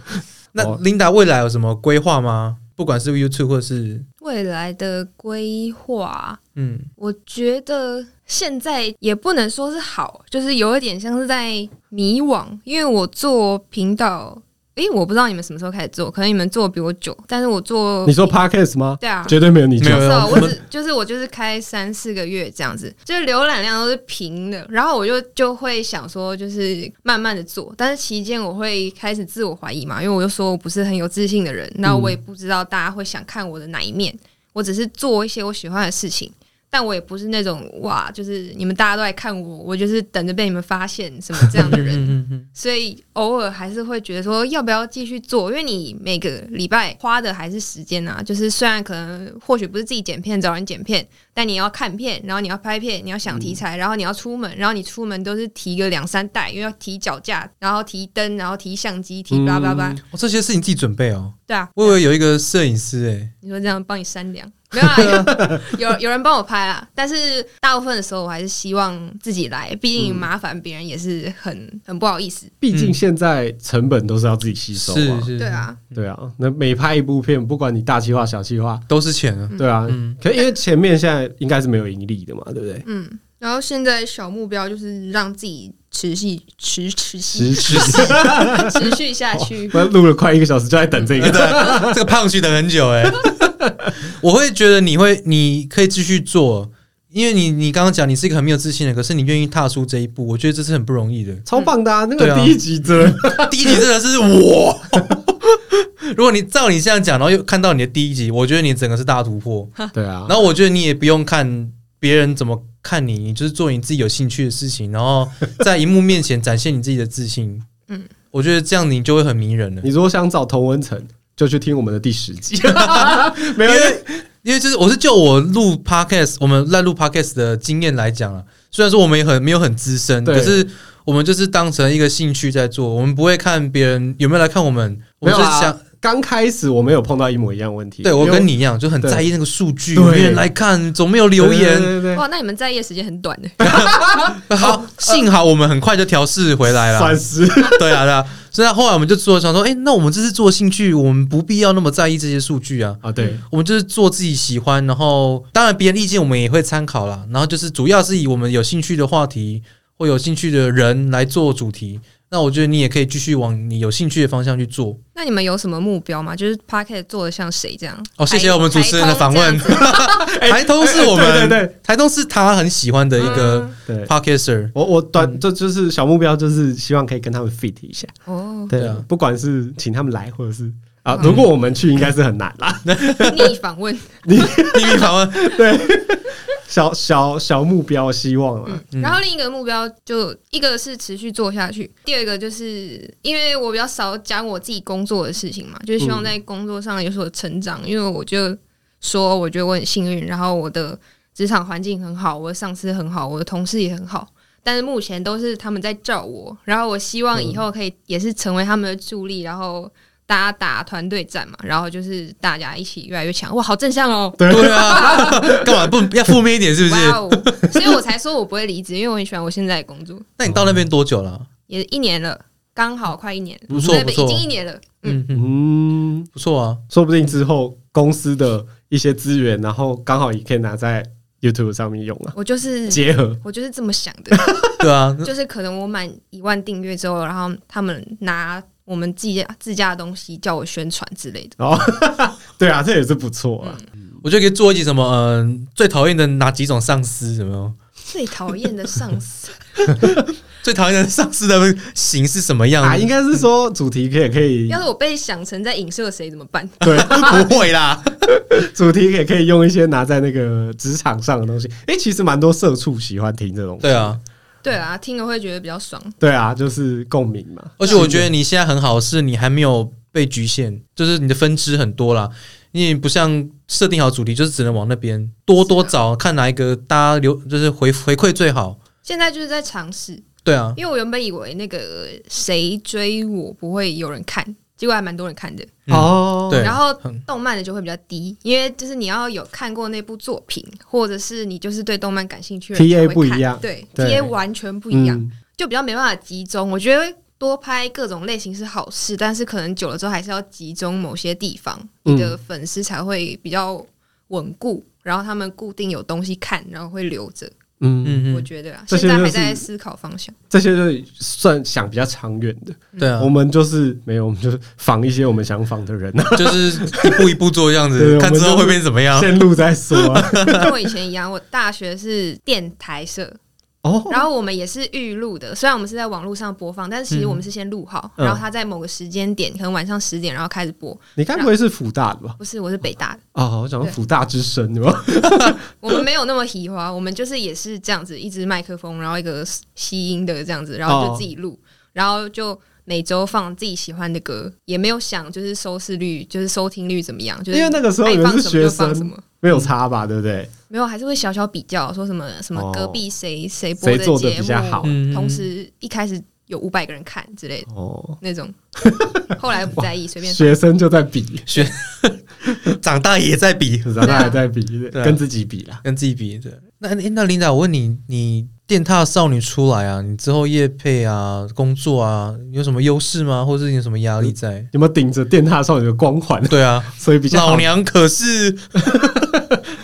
[SPEAKER 2] 那
[SPEAKER 1] 嗯哦
[SPEAKER 2] 琳达未来有什么规划吗？不管是 YouTube 或是
[SPEAKER 3] 未来的规划，
[SPEAKER 2] 嗯，
[SPEAKER 3] 我觉得现在也不能说是好，就是有一点像是在迷惘，因为我做频道，诶，我不知道你们什么时候开始做，可能你们做比我久，但是我做
[SPEAKER 1] 你说 podcast 吗？
[SPEAKER 3] 对啊。
[SPEAKER 1] 绝对没有你久
[SPEAKER 2] 没有
[SPEAKER 3] 是啊，
[SPEAKER 2] 我
[SPEAKER 3] 我
[SPEAKER 2] 们
[SPEAKER 3] 只就是我就是开三四个月这样子，就是浏览量都是平的，然后我就就会想说，就是慢慢的做，但是期间我会开始自我怀疑嘛，因为我就说我不是很有自信的人，那我也不知道大家会想看我的哪一面，我只是做一些我喜欢的事情，但我也不是那种哇，就是你们大家都来看我，我就是等着被你们发现什么这样的人，
[SPEAKER 2] 嗯嗯嗯，
[SPEAKER 3] 所以偶尔还是会觉得说要不要继续做，因为你每个礼拜花的还是时间啊。就是虽然可能或许不是自己剪片找人剪片，但你要看片，然后你要拍片，你要想题
[SPEAKER 2] 嗯
[SPEAKER 3] 材，然后你要出门，然后你出门都是提个两三袋，因为要提脚架，然后提灯，然后提相机，提叭叭叭
[SPEAKER 1] 嗯。
[SPEAKER 2] 哦，这些是你自己准备哦。
[SPEAKER 3] 对啊，
[SPEAKER 2] 我以为有一个摄影师哎、
[SPEAKER 3] 你说这样帮你删凉，没有啦，有 <laughs> 有有人帮我拍啦，但是大部分的时候我还是希望自己来，
[SPEAKER 2] 嗯
[SPEAKER 3] 毕竟麻烦别人也是很很不好意思。
[SPEAKER 1] 毕竟现在成本都是要自己吸收
[SPEAKER 2] 是
[SPEAKER 1] 啊。
[SPEAKER 2] 是，
[SPEAKER 3] 对，啊，
[SPEAKER 1] 对啊，那每拍一部片，不管你大计划小计划，
[SPEAKER 2] 都是钱啊。 <laughs>
[SPEAKER 1] 对啊
[SPEAKER 2] 嗯，
[SPEAKER 1] 可因为前面现在应该是没有盈利的嘛，对不对？
[SPEAKER 3] 嗯，然后现在小目标就是让自己持续、持持续、哦
[SPEAKER 1] 实时
[SPEAKER 3] 持续下去。
[SPEAKER 1] <laughs> 我录了快一个小时，就在等
[SPEAKER 2] <laughs>
[SPEAKER 1] 这
[SPEAKER 2] 啊
[SPEAKER 1] 个。。
[SPEAKER 2] 这个胖去等很久哎、 <laughs> 我会觉得你会，你可以继续做，因为你你刚刚讲你是一个很没有自信的人，可是你愿意踏出这一步，我觉得这是很不容易的
[SPEAKER 1] 超棒的啊！那
[SPEAKER 2] 对
[SPEAKER 1] 个
[SPEAKER 2] 啊
[SPEAKER 1] 第一集真
[SPEAKER 2] <laughs>
[SPEAKER 1] 的，
[SPEAKER 2] 第一集真的是我。如果你照你这样讲，然后又看到你的第一集，我觉得你整个是大突破。
[SPEAKER 1] 对啊
[SPEAKER 2] 然，后我觉得你也不用看别人怎么看你，你就是做你自己有兴趣的事情，然后在荧幕面前展现你自己的自信。嗯
[SPEAKER 3] 嗯，
[SPEAKER 2] 我觉得这样你就会很迷人了
[SPEAKER 1] 你。如果想找童文层，就去听我们的第十
[SPEAKER 2] <laughs>
[SPEAKER 1] 集。没
[SPEAKER 2] 因
[SPEAKER 1] 有，
[SPEAKER 2] 为因为就是我是就我录 podcast，我们在录 podcast 的经验来讲啊，虽然说我们也很没有很资深，
[SPEAKER 1] 对
[SPEAKER 2] 可是我们就是当成一个兴趣在做，我们不会看别人有没有来看我们，我
[SPEAKER 1] 没
[SPEAKER 2] 们
[SPEAKER 1] 有
[SPEAKER 2] 就是
[SPEAKER 1] 啊
[SPEAKER 2] 想。
[SPEAKER 1] 刚开始我没有碰到一模一样的问题。
[SPEAKER 2] 对
[SPEAKER 1] 因
[SPEAKER 2] 我
[SPEAKER 1] 为
[SPEAKER 2] 跟你一样，就很在意那个数据，有
[SPEAKER 1] 对
[SPEAKER 2] 没有人来看，总没有
[SPEAKER 1] 对
[SPEAKER 2] 留言。
[SPEAKER 1] 对啊对对
[SPEAKER 3] 哇，那你们在业时间很短的，
[SPEAKER 2] 好，幸好我们很快就调试回
[SPEAKER 1] <laughs>
[SPEAKER 2] 来了。
[SPEAKER 1] 算是
[SPEAKER 2] 对啊，对啊。所以后来我们就做想说，哎、那我们这次做兴趣，我们不必要那么在意这些数据啊。
[SPEAKER 1] 啊，对，
[SPEAKER 2] 我们就是做自己喜欢，然后当然别人意见我们也会参考啦。然后就是主要是以我们有兴趣的话题或有兴趣的人来做主题。那我觉得你也可以继续往你有兴趣的方向去做。
[SPEAKER 3] 那你们有什么目标吗？就是 p o c k e t 做的像谁这样？
[SPEAKER 2] 哦，谢谢
[SPEAKER 3] 台
[SPEAKER 2] 我们主持人的访问。
[SPEAKER 3] 台通这样子
[SPEAKER 1] 哎
[SPEAKER 2] <laughs> 台通是
[SPEAKER 1] <laughs>
[SPEAKER 2] 我
[SPEAKER 1] 哎对
[SPEAKER 2] 们，
[SPEAKER 1] 对对
[SPEAKER 2] 台通是他很喜欢的一个
[SPEAKER 1] 对。
[SPEAKER 2] podcaster。
[SPEAKER 1] 我我
[SPEAKER 2] 嗯
[SPEAKER 1] 短这就是小目标，就是希望可以跟他们 fit 一下。
[SPEAKER 3] <laughs> 哦，
[SPEAKER 1] 对
[SPEAKER 2] 对啊
[SPEAKER 1] 不管是请他们来，或者是啊，
[SPEAKER 3] 嗯
[SPEAKER 1] 如果我们去，应该是很难啦。 <laughs>
[SPEAKER 3] 逆访问，
[SPEAKER 2] <laughs> 秘密访问，
[SPEAKER 1] 小小小目标，希望啊，
[SPEAKER 2] 嗯
[SPEAKER 3] 嗯，然后另一个目标就一个是持续做下去，第二个就是因为我比较少讲我自己工作的事情嘛，就是希望在工作上有所成长。因为我就说，我觉得我很幸运，然后我的职场环境很好，我的上司很好，我的同事也很好，但是目前都是他们在照我，然后我希望以后可以也是成为他们的助力，然后。大家打团队战嘛，然后就是大家一起越来越强，哇，好正向哦！
[SPEAKER 2] <laughs> 对啊，干嘛不要负面一点？是不
[SPEAKER 3] 哇
[SPEAKER 2] 是？
[SPEAKER 3] 哦，所以我才说我不会离职，因为我很喜欢我现在的工作。
[SPEAKER 2] 那你到那边多久了？
[SPEAKER 3] 也一年了，刚好快一年了，
[SPEAKER 2] 不错
[SPEAKER 3] 对
[SPEAKER 2] 不错
[SPEAKER 3] 已经一
[SPEAKER 2] <laughs>
[SPEAKER 3] 年了。嗯，
[SPEAKER 2] 嗯，嗯
[SPEAKER 1] 嗯，
[SPEAKER 2] 不错啊。
[SPEAKER 1] 说不定之后公司的一些资源，然后刚好也可以拿在 YouTube 上面用啊，
[SPEAKER 3] 我就是
[SPEAKER 1] 结合。
[SPEAKER 3] 我就是这么想的， <laughs>
[SPEAKER 2] 对啊，
[SPEAKER 3] 就是可能我满一万订阅之后，然后他们拿我们自家自家的东西叫我宣传之类的。
[SPEAKER 1] 然后，对啊，这也是不错啊。
[SPEAKER 2] 我觉得可以做一集什么，嗯、最讨厌的哪几种上司？有没有？
[SPEAKER 3] <laughs> 最讨厌的上司，
[SPEAKER 2] 最讨厌的上司的型是什么样
[SPEAKER 1] 啊，
[SPEAKER 2] 的？
[SPEAKER 1] 应该是说主题可以可以
[SPEAKER 3] <laughs> 要是我被想成在影射谁怎么办？
[SPEAKER 2] 该不会啦。
[SPEAKER 1] <laughs> 主题也可以用一些拿在那个职场上的东西。诶，其实蛮多社畜喜欢听这种。
[SPEAKER 2] <laughs> 对啊，
[SPEAKER 3] 对啊，听了会觉得比较爽。
[SPEAKER 1] 对啊，就是共鸣嘛。
[SPEAKER 2] 而且我觉得你现在很好，是你还没有被局限，就是你的分支很多啦。你也不像设定好主题，就是只能往那边多
[SPEAKER 3] 啊
[SPEAKER 2] 多找，看哪一个大家留，就是回回馈最好。
[SPEAKER 3] 现在就是在尝试，
[SPEAKER 2] 对啊，
[SPEAKER 3] 因为我原本以为那个谁追我不会有人看，结果还蛮多人看的。
[SPEAKER 2] 嗯
[SPEAKER 1] 哦，
[SPEAKER 2] 对
[SPEAKER 3] 然后
[SPEAKER 2] 嗯
[SPEAKER 3] 动漫的就会比较低，因为就是你要有看过那部作品，或者是你就是对动漫感兴趣的人
[SPEAKER 1] TA
[SPEAKER 3] 才会看
[SPEAKER 1] 不一样
[SPEAKER 3] 对
[SPEAKER 1] 对
[SPEAKER 3] T A 完全不一样，
[SPEAKER 1] 嗯
[SPEAKER 3] 就比较没办法集中。我觉得多拍各种类型是好事，但是可能久了之后还是要集中某些地方，
[SPEAKER 1] 嗯
[SPEAKER 3] 你的粉丝才会比较稳固，然后他们固定有东西看，然后会留着。
[SPEAKER 1] 嗯
[SPEAKER 2] 嗯
[SPEAKER 3] 我
[SPEAKER 2] 嗯，
[SPEAKER 3] 觉得啊，
[SPEAKER 1] 这
[SPEAKER 3] 现
[SPEAKER 1] 些
[SPEAKER 3] 在
[SPEAKER 1] 就
[SPEAKER 3] 还
[SPEAKER 1] 是
[SPEAKER 3] 在思考方向。
[SPEAKER 1] 这些就是算想比较长远的。
[SPEAKER 2] 对啊
[SPEAKER 1] 我，们就是没有，我们就是仿一些我们想仿的人啊，
[SPEAKER 2] <laughs> 就是一步一步做这样
[SPEAKER 1] 对
[SPEAKER 2] 子，
[SPEAKER 1] 我们
[SPEAKER 2] 看之后
[SPEAKER 1] 就是
[SPEAKER 2] 会变怎么样。
[SPEAKER 1] 先录再说
[SPEAKER 2] <laughs>
[SPEAKER 1] 啊。
[SPEAKER 3] 跟我以前一样，我大学是电台社，
[SPEAKER 1] 哦，
[SPEAKER 3] 然后我们也是预录的，虽然我们是在网络上播放，但是其实我们是先录好，
[SPEAKER 1] 嗯
[SPEAKER 3] 然后他在某个时间点，可能晚上十点，然后开始播。
[SPEAKER 1] 你该不会是福大的吧？
[SPEAKER 3] 不是，我是北大的，
[SPEAKER 1] 哦，我想说福大之声，对吧？
[SPEAKER 3] 我们没有那么喜欢，我们就是也是这样子，一支麦克风，然后一个吸音的这样子，然后
[SPEAKER 1] 哦
[SPEAKER 3] 就自己录，然后就每周放自己喜欢的歌，也没有想就是收视率，就是收听率怎么样，就是
[SPEAKER 1] 因为那个时候
[SPEAKER 3] 爱
[SPEAKER 1] 你们
[SPEAKER 3] 放
[SPEAKER 1] 是
[SPEAKER 3] 什么就
[SPEAKER 1] 学
[SPEAKER 3] 放什
[SPEAKER 1] 生
[SPEAKER 3] 么，，
[SPEAKER 1] 没有差吧？对不对？
[SPEAKER 3] 没有还是会小小比较，说什么什么隔壁谁谁播
[SPEAKER 1] 哦谁
[SPEAKER 3] 的
[SPEAKER 1] 做得
[SPEAKER 3] 节
[SPEAKER 1] 比较好
[SPEAKER 2] 嗯
[SPEAKER 3] 目，同时一开始有五百个人看之类的。
[SPEAKER 1] 哦，
[SPEAKER 3] 那种。后来不在意，随便。
[SPEAKER 1] 学生就在比，
[SPEAKER 2] 啊长大也在比，
[SPEAKER 1] 然后还在比，
[SPEAKER 2] 对啊
[SPEAKER 1] 跟自己比啦。
[SPEAKER 2] 跟自己比的。那诶那琳达，我问你，你电踏少女出来啊，你之后业配啊、工作啊，有什么优势吗？或者是你有什么压力在？
[SPEAKER 1] 有没有顶着电踏少女的光环？ <laughs>
[SPEAKER 2] 对啊，
[SPEAKER 1] 所以嗯比较好
[SPEAKER 2] 老娘可是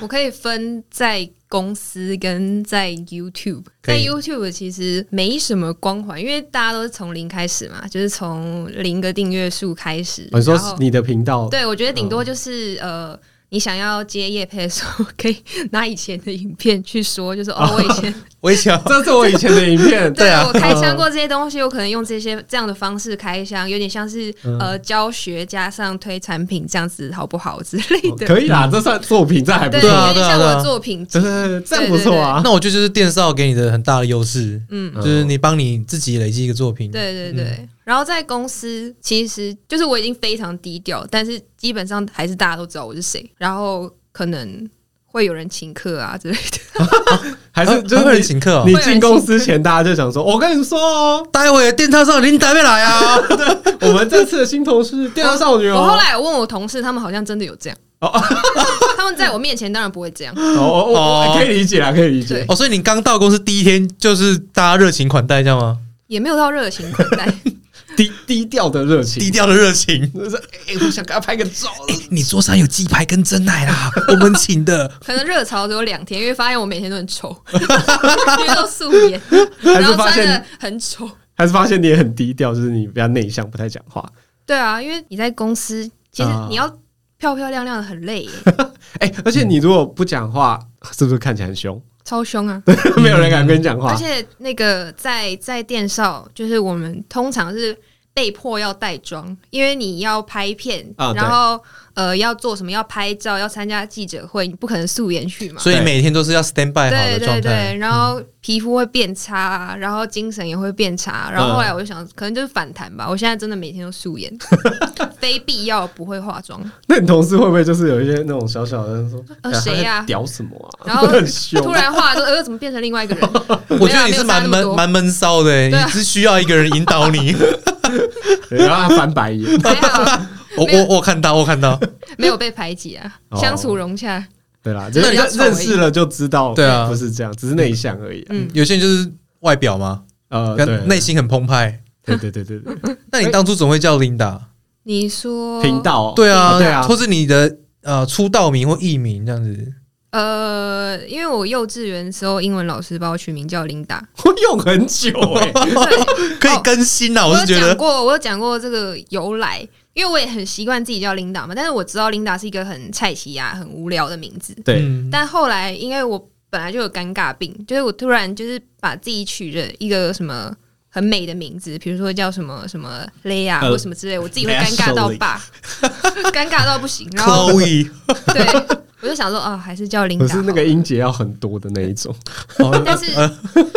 [SPEAKER 3] 我可以分在公司跟在 YouTube，
[SPEAKER 2] 可
[SPEAKER 3] 在
[SPEAKER 2] 以
[SPEAKER 3] YouTube 其实没什么光环，因为大家都是从零开始嘛，就是从零个订阅数开始。
[SPEAKER 1] 哦你说
[SPEAKER 3] 然后
[SPEAKER 1] 你的频道
[SPEAKER 3] 对，我觉得顶多就是、呃。 <laughs> 你想要接叶配的时候，可以拿以前的影片去说，就说哦，我以前
[SPEAKER 1] <laughs>
[SPEAKER 2] 微笑，
[SPEAKER 1] 这是我以前的影
[SPEAKER 3] <laughs>
[SPEAKER 1] 片，
[SPEAKER 2] 对啊
[SPEAKER 3] 我开箱过这些东西，我可能用这些这样的方式开箱，有点像是、
[SPEAKER 1] 嗯
[SPEAKER 3] 呃教学加上推产品这样子好不好之类的。
[SPEAKER 1] 可以啦，这算作品，这还不
[SPEAKER 3] 对，
[SPEAKER 1] 错
[SPEAKER 2] 哦对。啊
[SPEAKER 3] 有点像
[SPEAKER 2] 对
[SPEAKER 3] 我
[SPEAKER 2] 啊对
[SPEAKER 3] 的
[SPEAKER 2] 啊
[SPEAKER 3] 作品集
[SPEAKER 1] 对对对，这样不错啊。
[SPEAKER 2] 那我觉得就是电烧给你的很大的优势，
[SPEAKER 3] 嗯，
[SPEAKER 2] 就是你帮你自己累积一个作品。
[SPEAKER 3] 对对对。
[SPEAKER 2] 嗯
[SPEAKER 3] 然后在公司，其实就是我已经非常低调，但是基本上还是大家都知道我是谁。然后可能会有人请客啊之类的。
[SPEAKER 1] 还
[SPEAKER 2] 还
[SPEAKER 1] 是就
[SPEAKER 2] 会有
[SPEAKER 1] 是
[SPEAKER 2] 人
[SPEAKER 1] 你
[SPEAKER 2] 请客哦
[SPEAKER 1] 你，进公司前，大家就想说：“我跟你说哦，
[SPEAKER 2] 待会电烧上领导会来啊，
[SPEAKER 1] 我们这次的新同事电商少女
[SPEAKER 3] 我后
[SPEAKER 1] 哦。
[SPEAKER 3] 来我问我同事，他们好像真的有这样。
[SPEAKER 1] 哦
[SPEAKER 3] <laughs> 他们在我面前当然不会这样，
[SPEAKER 1] 哦”哦哦
[SPEAKER 2] 哦
[SPEAKER 1] 可以理解啊，可以理解
[SPEAKER 3] 对。
[SPEAKER 2] 哦，所以你刚到公司第一天就是大家热情款待，这样吗？
[SPEAKER 3] 也没有到热情款待。
[SPEAKER 1] 低低调的热情，
[SPEAKER 2] 低调的热情。
[SPEAKER 1] 就是哎，我想给他拍个照。
[SPEAKER 2] 你桌上有鸡排跟真奶 <laughs> 啦，我们请的。
[SPEAKER 3] 可能热潮只有两天，因为发现我每天都
[SPEAKER 1] <laughs>
[SPEAKER 3] 很丑，因为都素颜， <laughs> 然后
[SPEAKER 1] 发
[SPEAKER 3] 穿
[SPEAKER 1] 现
[SPEAKER 3] 的很丑。
[SPEAKER 1] 还是发现你也很低调，就是你比较内向，不太讲话。
[SPEAKER 3] 对啊，因为你在公司，其实
[SPEAKER 1] 啊
[SPEAKER 3] 你要漂漂亮亮的很
[SPEAKER 1] <laughs>
[SPEAKER 3] 累耶，
[SPEAKER 1] 哎、而且你如果不讲话，是不是看起来很凶？
[SPEAKER 3] 超凶啊！
[SPEAKER 1] <laughs> 没有人敢跟你讲
[SPEAKER 3] 而
[SPEAKER 1] 话。
[SPEAKER 3] 且那个在在电少，就是我们通常是被迫要带妆，因为你要拍片，
[SPEAKER 1] 啊对
[SPEAKER 3] 然后呃要做什么，要拍照，要参加记者会，你不可能素颜去嘛。
[SPEAKER 2] 所以
[SPEAKER 1] 对
[SPEAKER 2] 每天都是要 stand by 好
[SPEAKER 3] 对
[SPEAKER 2] 的
[SPEAKER 3] 对
[SPEAKER 2] 状态嗯
[SPEAKER 3] 对，。然后皮肤会变差啊，然后精神也会变差。啊然后
[SPEAKER 2] 嗯
[SPEAKER 3] 后来我就想，可能就是反弹吧。我现在真的每天都素颜，非必要不会化
[SPEAKER 2] <laughs>
[SPEAKER 3] 妆。
[SPEAKER 1] 那你同事会不会就是有一些那种小小的说，
[SPEAKER 3] 呃
[SPEAKER 1] 哎他在
[SPEAKER 3] 谁呀
[SPEAKER 1] 屌什么啊？
[SPEAKER 3] 然
[SPEAKER 1] <laughs>
[SPEAKER 3] 后
[SPEAKER 1] 很凶。
[SPEAKER 3] 突然化了之后，呃，怎么变成另外一
[SPEAKER 2] <laughs>
[SPEAKER 3] 个人？
[SPEAKER 2] 我觉得你是蛮
[SPEAKER 3] 没有差那么
[SPEAKER 2] 闷
[SPEAKER 3] 多
[SPEAKER 2] 蛮闷骚的欸，
[SPEAKER 3] 对啊
[SPEAKER 2] 你是需要一个人引导
[SPEAKER 3] <laughs>
[SPEAKER 2] 你。
[SPEAKER 1] 然后他翻白眼。
[SPEAKER 3] 还好
[SPEAKER 2] 我
[SPEAKER 3] 没有
[SPEAKER 2] 我我看到我看到，
[SPEAKER 3] 没有被排挤啊，
[SPEAKER 1] 哦
[SPEAKER 3] <laughs> 相处融洽。
[SPEAKER 1] 对啦，就
[SPEAKER 3] 那
[SPEAKER 1] 是
[SPEAKER 3] 你
[SPEAKER 1] 认
[SPEAKER 3] 要
[SPEAKER 1] 认识了就知道，哎
[SPEAKER 2] 对啊
[SPEAKER 1] 不是这样，只是内向而已啊。
[SPEAKER 3] 嗯，
[SPEAKER 2] 有些人就是外表嘛，
[SPEAKER 1] 呃，对
[SPEAKER 2] 跟，内心很澎湃。
[SPEAKER 1] 对对对对对，
[SPEAKER 2] 那你当初怎么会叫 Linda？
[SPEAKER 3] 你说
[SPEAKER 1] 频道哦
[SPEAKER 2] 哎对啊
[SPEAKER 1] 对啊
[SPEAKER 2] 或是你的呃出道名或艺名这样子。
[SPEAKER 3] 呃，因为我幼稚园的时候英文老师把我取名叫琳
[SPEAKER 2] <laughs>
[SPEAKER 3] 达，
[SPEAKER 1] <laughs> 我用很久哎，
[SPEAKER 2] 可以更新啦，
[SPEAKER 3] 我
[SPEAKER 2] 我
[SPEAKER 3] 有
[SPEAKER 2] 哦是觉
[SPEAKER 3] 讲
[SPEAKER 2] 得
[SPEAKER 3] 过，我有讲过这个由来，因为我也很习惯自己叫琳达嘛，但是我知道琳达是一个很菜奇亚、很无聊的名字，
[SPEAKER 1] 对，
[SPEAKER 2] 嗯
[SPEAKER 3] 但后来因为我本来就有尴尬病，就是我突然就是把自己取了一个什么很美的名字，比如说叫什么什么 Lea
[SPEAKER 1] 呃
[SPEAKER 3] 或什么之类，我自己会尴尬到
[SPEAKER 1] Leslie
[SPEAKER 3] 爆，尴尬到不行。然后
[SPEAKER 2] Chloe
[SPEAKER 3] 对，我就想说啊，还是叫琳
[SPEAKER 1] 可
[SPEAKER 3] 达
[SPEAKER 1] 是
[SPEAKER 3] 好
[SPEAKER 1] 那
[SPEAKER 3] 了。
[SPEAKER 1] 个音节要很多的那一种。
[SPEAKER 2] <laughs> 哦
[SPEAKER 3] 但是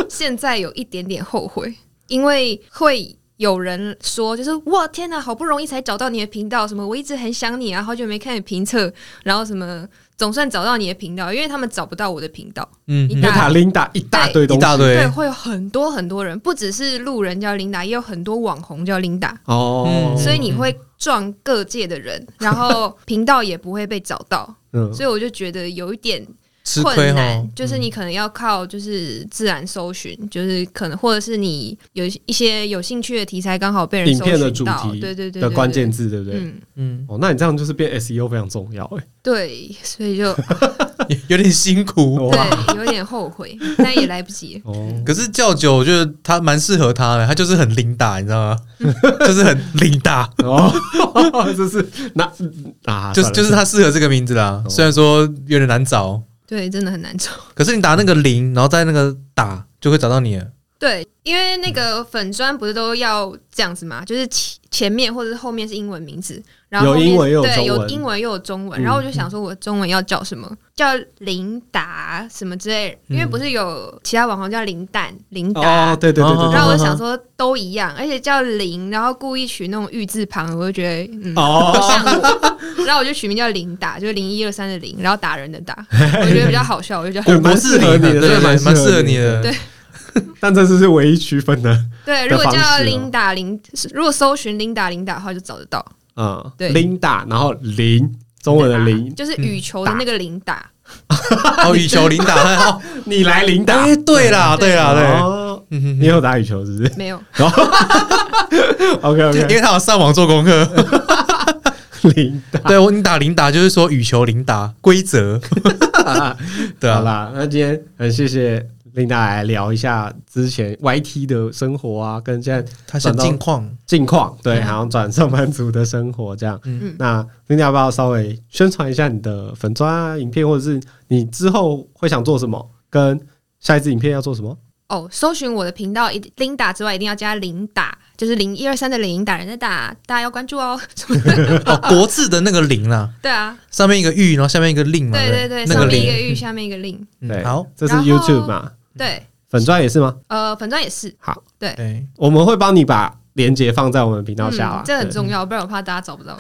[SPEAKER 3] 现在有一点点后悔，因为会。有人说，就是哇天哪，好不容易才找到你的频道，什么我一直很想你啊，好久没看你评测，然后什么总算找到你的频道，因为他们找不到我的频道，
[SPEAKER 2] 嗯
[SPEAKER 1] 因
[SPEAKER 3] 你
[SPEAKER 1] 为
[SPEAKER 3] 打
[SPEAKER 1] 塔琳达一大堆东
[SPEAKER 2] 一
[SPEAKER 1] 西，
[SPEAKER 2] 大
[SPEAKER 3] 对，
[SPEAKER 2] 堆，
[SPEAKER 3] 会有很多很多人，不只是路人叫琳达，也有很多网红叫琳达，
[SPEAKER 1] 哦，
[SPEAKER 2] 嗯
[SPEAKER 3] 所以你会撞各界的人，然后频道也不会被找到，
[SPEAKER 1] 嗯，
[SPEAKER 3] 所以我就觉得有一点
[SPEAKER 2] 吃亏哦
[SPEAKER 3] 困
[SPEAKER 2] 哈
[SPEAKER 3] 难，，就是你可能要靠就是自然搜寻，就是可能或者是你有一些有兴趣的题材刚好被人
[SPEAKER 1] 影
[SPEAKER 3] 搜
[SPEAKER 1] 片的
[SPEAKER 3] 寻
[SPEAKER 1] 主
[SPEAKER 3] 到，
[SPEAKER 1] 题
[SPEAKER 3] 对对对
[SPEAKER 1] 的关键，字，对不
[SPEAKER 3] 对
[SPEAKER 1] 对
[SPEAKER 3] 对？嗯，
[SPEAKER 2] 嗯，
[SPEAKER 1] 哦，那你这样就是变 SEO 非常重要哎。
[SPEAKER 3] 对，所以就
[SPEAKER 2] 有有点辛 <laughs> 苦。
[SPEAKER 1] 哇，
[SPEAKER 3] 对有点后悔，但也来不及。 <laughs>
[SPEAKER 1] 哦，
[SPEAKER 2] 可是叫酒，我觉得他蛮适合他的，他就是很琳达，你知道吗？ <laughs> 就是很琳达，
[SPEAKER 1] 哦，这是那啊，
[SPEAKER 2] 就是
[SPEAKER 1] 算了
[SPEAKER 2] 就是他适合这个名字啦。
[SPEAKER 1] 哦
[SPEAKER 2] 虽然说有点难找，
[SPEAKER 3] 对，真的很难找。
[SPEAKER 2] 可是你打那个零，然后在那个打就会找到你了。
[SPEAKER 3] 对，因为那
[SPEAKER 1] 嗯
[SPEAKER 3] 个粉砖不是都要这样子嘛，就是前前面或者是后面是英文名字，然后
[SPEAKER 1] 有
[SPEAKER 3] 后面
[SPEAKER 1] 英文也有
[SPEAKER 3] 对
[SPEAKER 1] 中文
[SPEAKER 3] 有英文又有中文，
[SPEAKER 1] 嗯
[SPEAKER 3] 然后我就想说我中文要叫什么？叫琳达什么之类的，因为不是有其他网红叫林蛋林达。
[SPEAKER 1] 哦，对对对对
[SPEAKER 2] 哦
[SPEAKER 1] 对
[SPEAKER 3] 然后我就想说都一样，而且叫林，然后故意取那种玉字旁，我就觉得嗯，不
[SPEAKER 1] 哦，
[SPEAKER 3] 像我。然后我就取名叫林达，就是零一二三的零，然后打人的打，
[SPEAKER 1] <laughs>
[SPEAKER 3] 我觉得比较好笑，我就觉得
[SPEAKER 1] 对
[SPEAKER 2] 我不是
[SPEAKER 1] 蛮适合你的
[SPEAKER 2] 的，
[SPEAKER 1] 真
[SPEAKER 2] 对，
[SPEAKER 1] 的蛮
[SPEAKER 2] 蛮蛮
[SPEAKER 1] 适合
[SPEAKER 2] 适合
[SPEAKER 1] 你
[SPEAKER 2] 你
[SPEAKER 1] 的
[SPEAKER 2] 的。
[SPEAKER 3] 对
[SPEAKER 1] 但这次是唯一区分的
[SPEAKER 3] 对，如果
[SPEAKER 1] 的方
[SPEAKER 3] 叫
[SPEAKER 1] 式哦
[SPEAKER 3] 琳达琳，如果搜寻琳达琳达的话，就找得到。
[SPEAKER 2] 哦
[SPEAKER 1] 啊，
[SPEAKER 3] 对
[SPEAKER 1] 琳达，然后林，中文的林，
[SPEAKER 3] 啊就是
[SPEAKER 2] 嗯
[SPEAKER 3] 羽球的那个琳达。
[SPEAKER 2] 哦，羽球琳达，哦，
[SPEAKER 1] 你来琳达，
[SPEAKER 2] 哎，对啦，对啦，对，
[SPEAKER 1] 哦，
[SPEAKER 2] 嗯哼
[SPEAKER 1] 你有打羽球是不 <laughs> 是
[SPEAKER 3] 没有，
[SPEAKER 1] ？OK
[SPEAKER 2] 因
[SPEAKER 1] OK，
[SPEAKER 2] 为他有上网做功课。
[SPEAKER 1] 琳
[SPEAKER 2] 对我，你打琳达就是说羽球琳达规则，
[SPEAKER 1] 达，
[SPEAKER 2] <laughs> 对
[SPEAKER 1] 好
[SPEAKER 2] 啊，
[SPEAKER 1] 啦，那今天很谢谢琳达来聊一下之前 YT 的生活啊，跟现在
[SPEAKER 2] 他想近况，
[SPEAKER 1] 近况，对，
[SPEAKER 3] 嗯
[SPEAKER 1] 然后转上班族的生活这样。
[SPEAKER 2] 嗯
[SPEAKER 1] 那琳达要不要稍微宣传一下你的粉砖啊、影片，或者是你之后会想做什么？跟下一支影片要做什么？
[SPEAKER 3] 哦，搜寻我的频道，一定琳达之外，一定要加琳达，就是零一二三的零，打人的打，大家要关注哦。 <laughs>
[SPEAKER 2] 哦，国字的那个零啦，
[SPEAKER 3] 对啊，
[SPEAKER 2] 上面一个玉，然后下面一个令嘛，
[SPEAKER 3] 对对
[SPEAKER 2] 对
[SPEAKER 3] 对，
[SPEAKER 2] 那个
[SPEAKER 3] 上面一个
[SPEAKER 2] 令。
[SPEAKER 3] 玉，下面一个令，
[SPEAKER 1] 对，
[SPEAKER 2] 嗯，好，
[SPEAKER 1] 这是
[SPEAKER 3] 然后
[SPEAKER 1] YouTube 嘛，
[SPEAKER 3] 对，
[SPEAKER 1] 粉砖也是吗？
[SPEAKER 3] 呃，粉钻也是，
[SPEAKER 1] 好，
[SPEAKER 3] 对。
[SPEAKER 2] 对，
[SPEAKER 1] 我们会帮你把链接放在我们频道下啦
[SPEAKER 3] 嗯，。这很
[SPEAKER 1] 对
[SPEAKER 3] 重要，不然我怕大家
[SPEAKER 1] <laughs>
[SPEAKER 3] 找不到。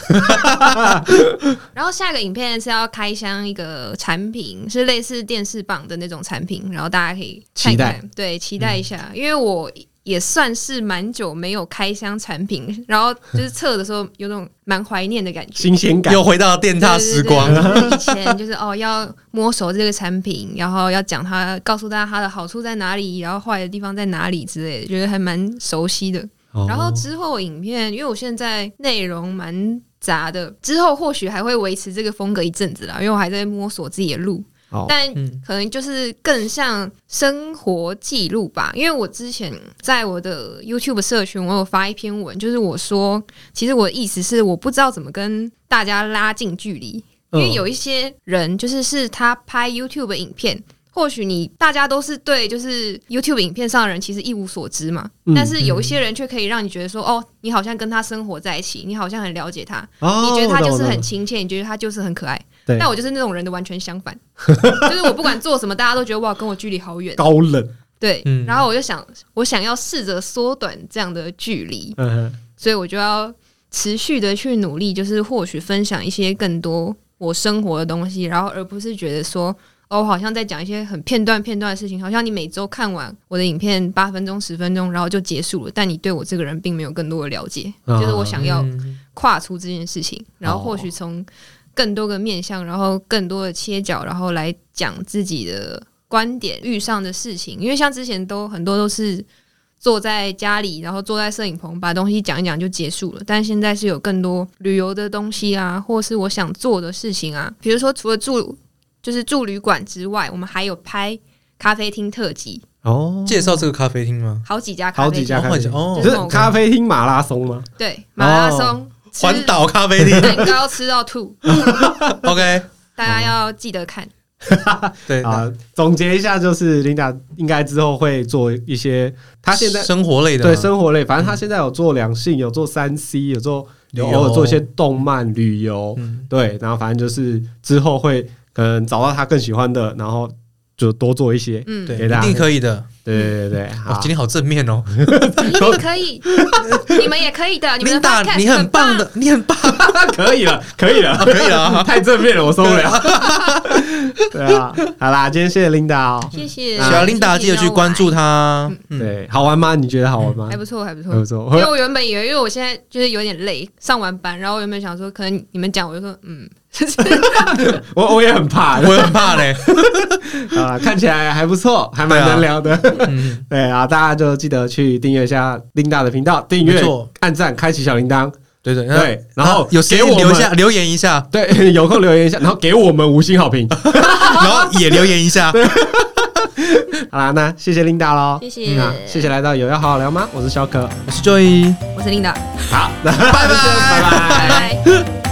[SPEAKER 3] 然后下一个影片是要开箱一个产品，是类似电视棒的那种产品，然后大家可以看一看
[SPEAKER 1] 期嗯
[SPEAKER 3] 对，期待一下，因为我也算是蛮久没有开箱产品，然后就是测的时候有种蛮怀念的感觉。
[SPEAKER 1] 新鲜感。
[SPEAKER 2] 又回到电
[SPEAKER 3] 对
[SPEAKER 2] 踏时光，，
[SPEAKER 3] 对对
[SPEAKER 1] <laughs>
[SPEAKER 3] 就是以前就是哦，要摸熟这个产品，然后要讲它，告诉大家它的好处在哪里，然后坏的地方在哪里之类的，觉得还蛮熟悉的。
[SPEAKER 1] 哦
[SPEAKER 3] 然后之后影片，因为我现在内容蛮杂的，之后或许还会维持这个风格一阵子啦，因为我还在摸索自己的路，
[SPEAKER 1] 哦，
[SPEAKER 3] 但
[SPEAKER 2] 嗯
[SPEAKER 3] 可能就是更像生活记录吧。因为我之前在我的 YouTube 社群，我有发一篇文，就是我说，其实我的意思是，我不知道怎么跟大家拉近距离，因
[SPEAKER 1] 嗯
[SPEAKER 3] 为有一些人就是是他拍 YouTube 影片，或许你大家都是对就是 YouTube 影片上的人其实一无所知嘛，
[SPEAKER 1] 嗯
[SPEAKER 3] 但是有一些人却可以让你觉得说，哦，你好像跟他生活在一起，你好像很了解他，
[SPEAKER 1] 哦
[SPEAKER 3] 你觉得他就
[SPEAKER 1] 我
[SPEAKER 3] 是
[SPEAKER 1] 懂
[SPEAKER 3] 很
[SPEAKER 1] 我懂
[SPEAKER 3] 亲切，你觉得他就是很可爱。
[SPEAKER 1] 对
[SPEAKER 3] 但我就是那种人的完全相反，就是我不管做什么，大家都觉得哇，跟我距离好远。
[SPEAKER 1] 高冷，
[SPEAKER 3] 对，
[SPEAKER 2] 嗯
[SPEAKER 3] 然后我就想，我想要试着缩短这样的距离，
[SPEAKER 1] 嗯哼，
[SPEAKER 3] 所以我就要持续的去努力，就是或许分享一些更多我生活的东西，然后而不是觉得说，哦，我好像在讲一些很片段片段的事情，好像你每周看完我的影片八分钟十分钟，然后就结束了，但你对我这个人并没有更多的了解，
[SPEAKER 1] 啊
[SPEAKER 3] 就是我想要
[SPEAKER 2] 嗯
[SPEAKER 3] 跨出这件事情，然
[SPEAKER 1] 哦
[SPEAKER 3] 后或许从更多个面向，然后更多的切角，然后来讲自己的观点遇上的事情，因为像之前都很多都是坐在家里，然后坐在摄影棚把东西讲一讲就结束了，但现在是有更多旅游的东西啊，或是我想做的事情啊，比如说除了住就是住旅馆之外，我们还有拍咖啡厅特辑，
[SPEAKER 1] 哦，
[SPEAKER 2] 介绍这个咖啡厅吗？
[SPEAKER 3] 好几家咖
[SPEAKER 1] 好
[SPEAKER 3] 啡
[SPEAKER 1] 几
[SPEAKER 3] 厅，
[SPEAKER 1] 家咖啡厅
[SPEAKER 2] 哦
[SPEAKER 1] 就是
[SPEAKER 3] 那种
[SPEAKER 1] 咖啡厅马拉松吗？
[SPEAKER 3] 对马拉
[SPEAKER 1] 哦
[SPEAKER 3] 松、吃
[SPEAKER 2] 环岛咖啡
[SPEAKER 1] <laughs>
[SPEAKER 2] 厅
[SPEAKER 3] 蛋糕吃到吐，
[SPEAKER 2] ，OK，
[SPEAKER 3] 大家要记得看。
[SPEAKER 2] 对
[SPEAKER 1] 啊，总结一下就是琳达应该之后会做一些，她现在
[SPEAKER 2] 生活类的嘛
[SPEAKER 1] 对生活类，反正她现在有做两性，有做三 C，有做
[SPEAKER 2] 旅游
[SPEAKER 1] 有做一些动漫旅游，
[SPEAKER 2] 嗯
[SPEAKER 1] 对，然后反正就是之后会可能找到她更喜欢的，然后就多做一些，
[SPEAKER 3] 嗯，
[SPEAKER 2] 对，
[SPEAKER 1] 给
[SPEAKER 2] 一
[SPEAKER 1] 大家
[SPEAKER 2] 定可以的。
[SPEAKER 1] 对对对对，
[SPEAKER 2] 哇
[SPEAKER 1] 好，
[SPEAKER 2] 哦今天好正面哦，
[SPEAKER 3] 一定可
[SPEAKER 2] <laughs>
[SPEAKER 3] 以，你们也可以啊的，你们的 podcast
[SPEAKER 2] 你很棒
[SPEAKER 3] 棒
[SPEAKER 2] 的，你很棒，
[SPEAKER 1] 可以了，可以了，
[SPEAKER 2] 可以了
[SPEAKER 1] <laughs>
[SPEAKER 2] 啊
[SPEAKER 1] 太正面了，我受不了。 <laughs> 对啊，好啦，今天谢谢琳达哦。
[SPEAKER 3] 谢谢。
[SPEAKER 2] 喜啊欢琳达记得去关注她。嗯，
[SPEAKER 1] 对，好玩吗？你觉得好玩吗？
[SPEAKER 3] 嗯还不错，还不错
[SPEAKER 1] 还。不错，
[SPEAKER 3] 因
[SPEAKER 1] 会
[SPEAKER 3] 为我原本以为，因为我现在就是有点累，上完班，然后我原本想说，可能你们讲，我就说，
[SPEAKER 2] <laughs>
[SPEAKER 3] 嗯，
[SPEAKER 1] 我我也很怕 <laughs>
[SPEAKER 2] 我很怕嘞。
[SPEAKER 1] 啊，看起来还不错，还蛮
[SPEAKER 2] 对啊
[SPEAKER 1] 能聊的。 <laughs>
[SPEAKER 2] 嗯，
[SPEAKER 1] 对啊，大家就记得去订阅一下琳达的频道，订阅
[SPEAKER 2] 没错、
[SPEAKER 1] 按赞、开启小铃铛。
[SPEAKER 2] 对对
[SPEAKER 1] 对，然后
[SPEAKER 2] 有谁
[SPEAKER 1] 给我
[SPEAKER 2] 留
[SPEAKER 1] 们
[SPEAKER 2] 下留言
[SPEAKER 1] <laughs>
[SPEAKER 2] 一下，
[SPEAKER 1] 对，有空留言一下，然后给我们五星好
[SPEAKER 2] <laughs>
[SPEAKER 1] 评。
[SPEAKER 2] 然后也留言一下。
[SPEAKER 1] 好啦，那谢谢琳达喽，
[SPEAKER 3] 谢谢
[SPEAKER 1] 啊谢谢来到有要好好聊吗？我是肖可，
[SPEAKER 2] 我是 Joy，
[SPEAKER 1] <laughs>
[SPEAKER 3] 我是琳达，
[SPEAKER 1] 好，那 <laughs>
[SPEAKER 2] 拜
[SPEAKER 1] 拜
[SPEAKER 2] 拜。
[SPEAKER 1] 拜。
[SPEAKER 3] 拜拜。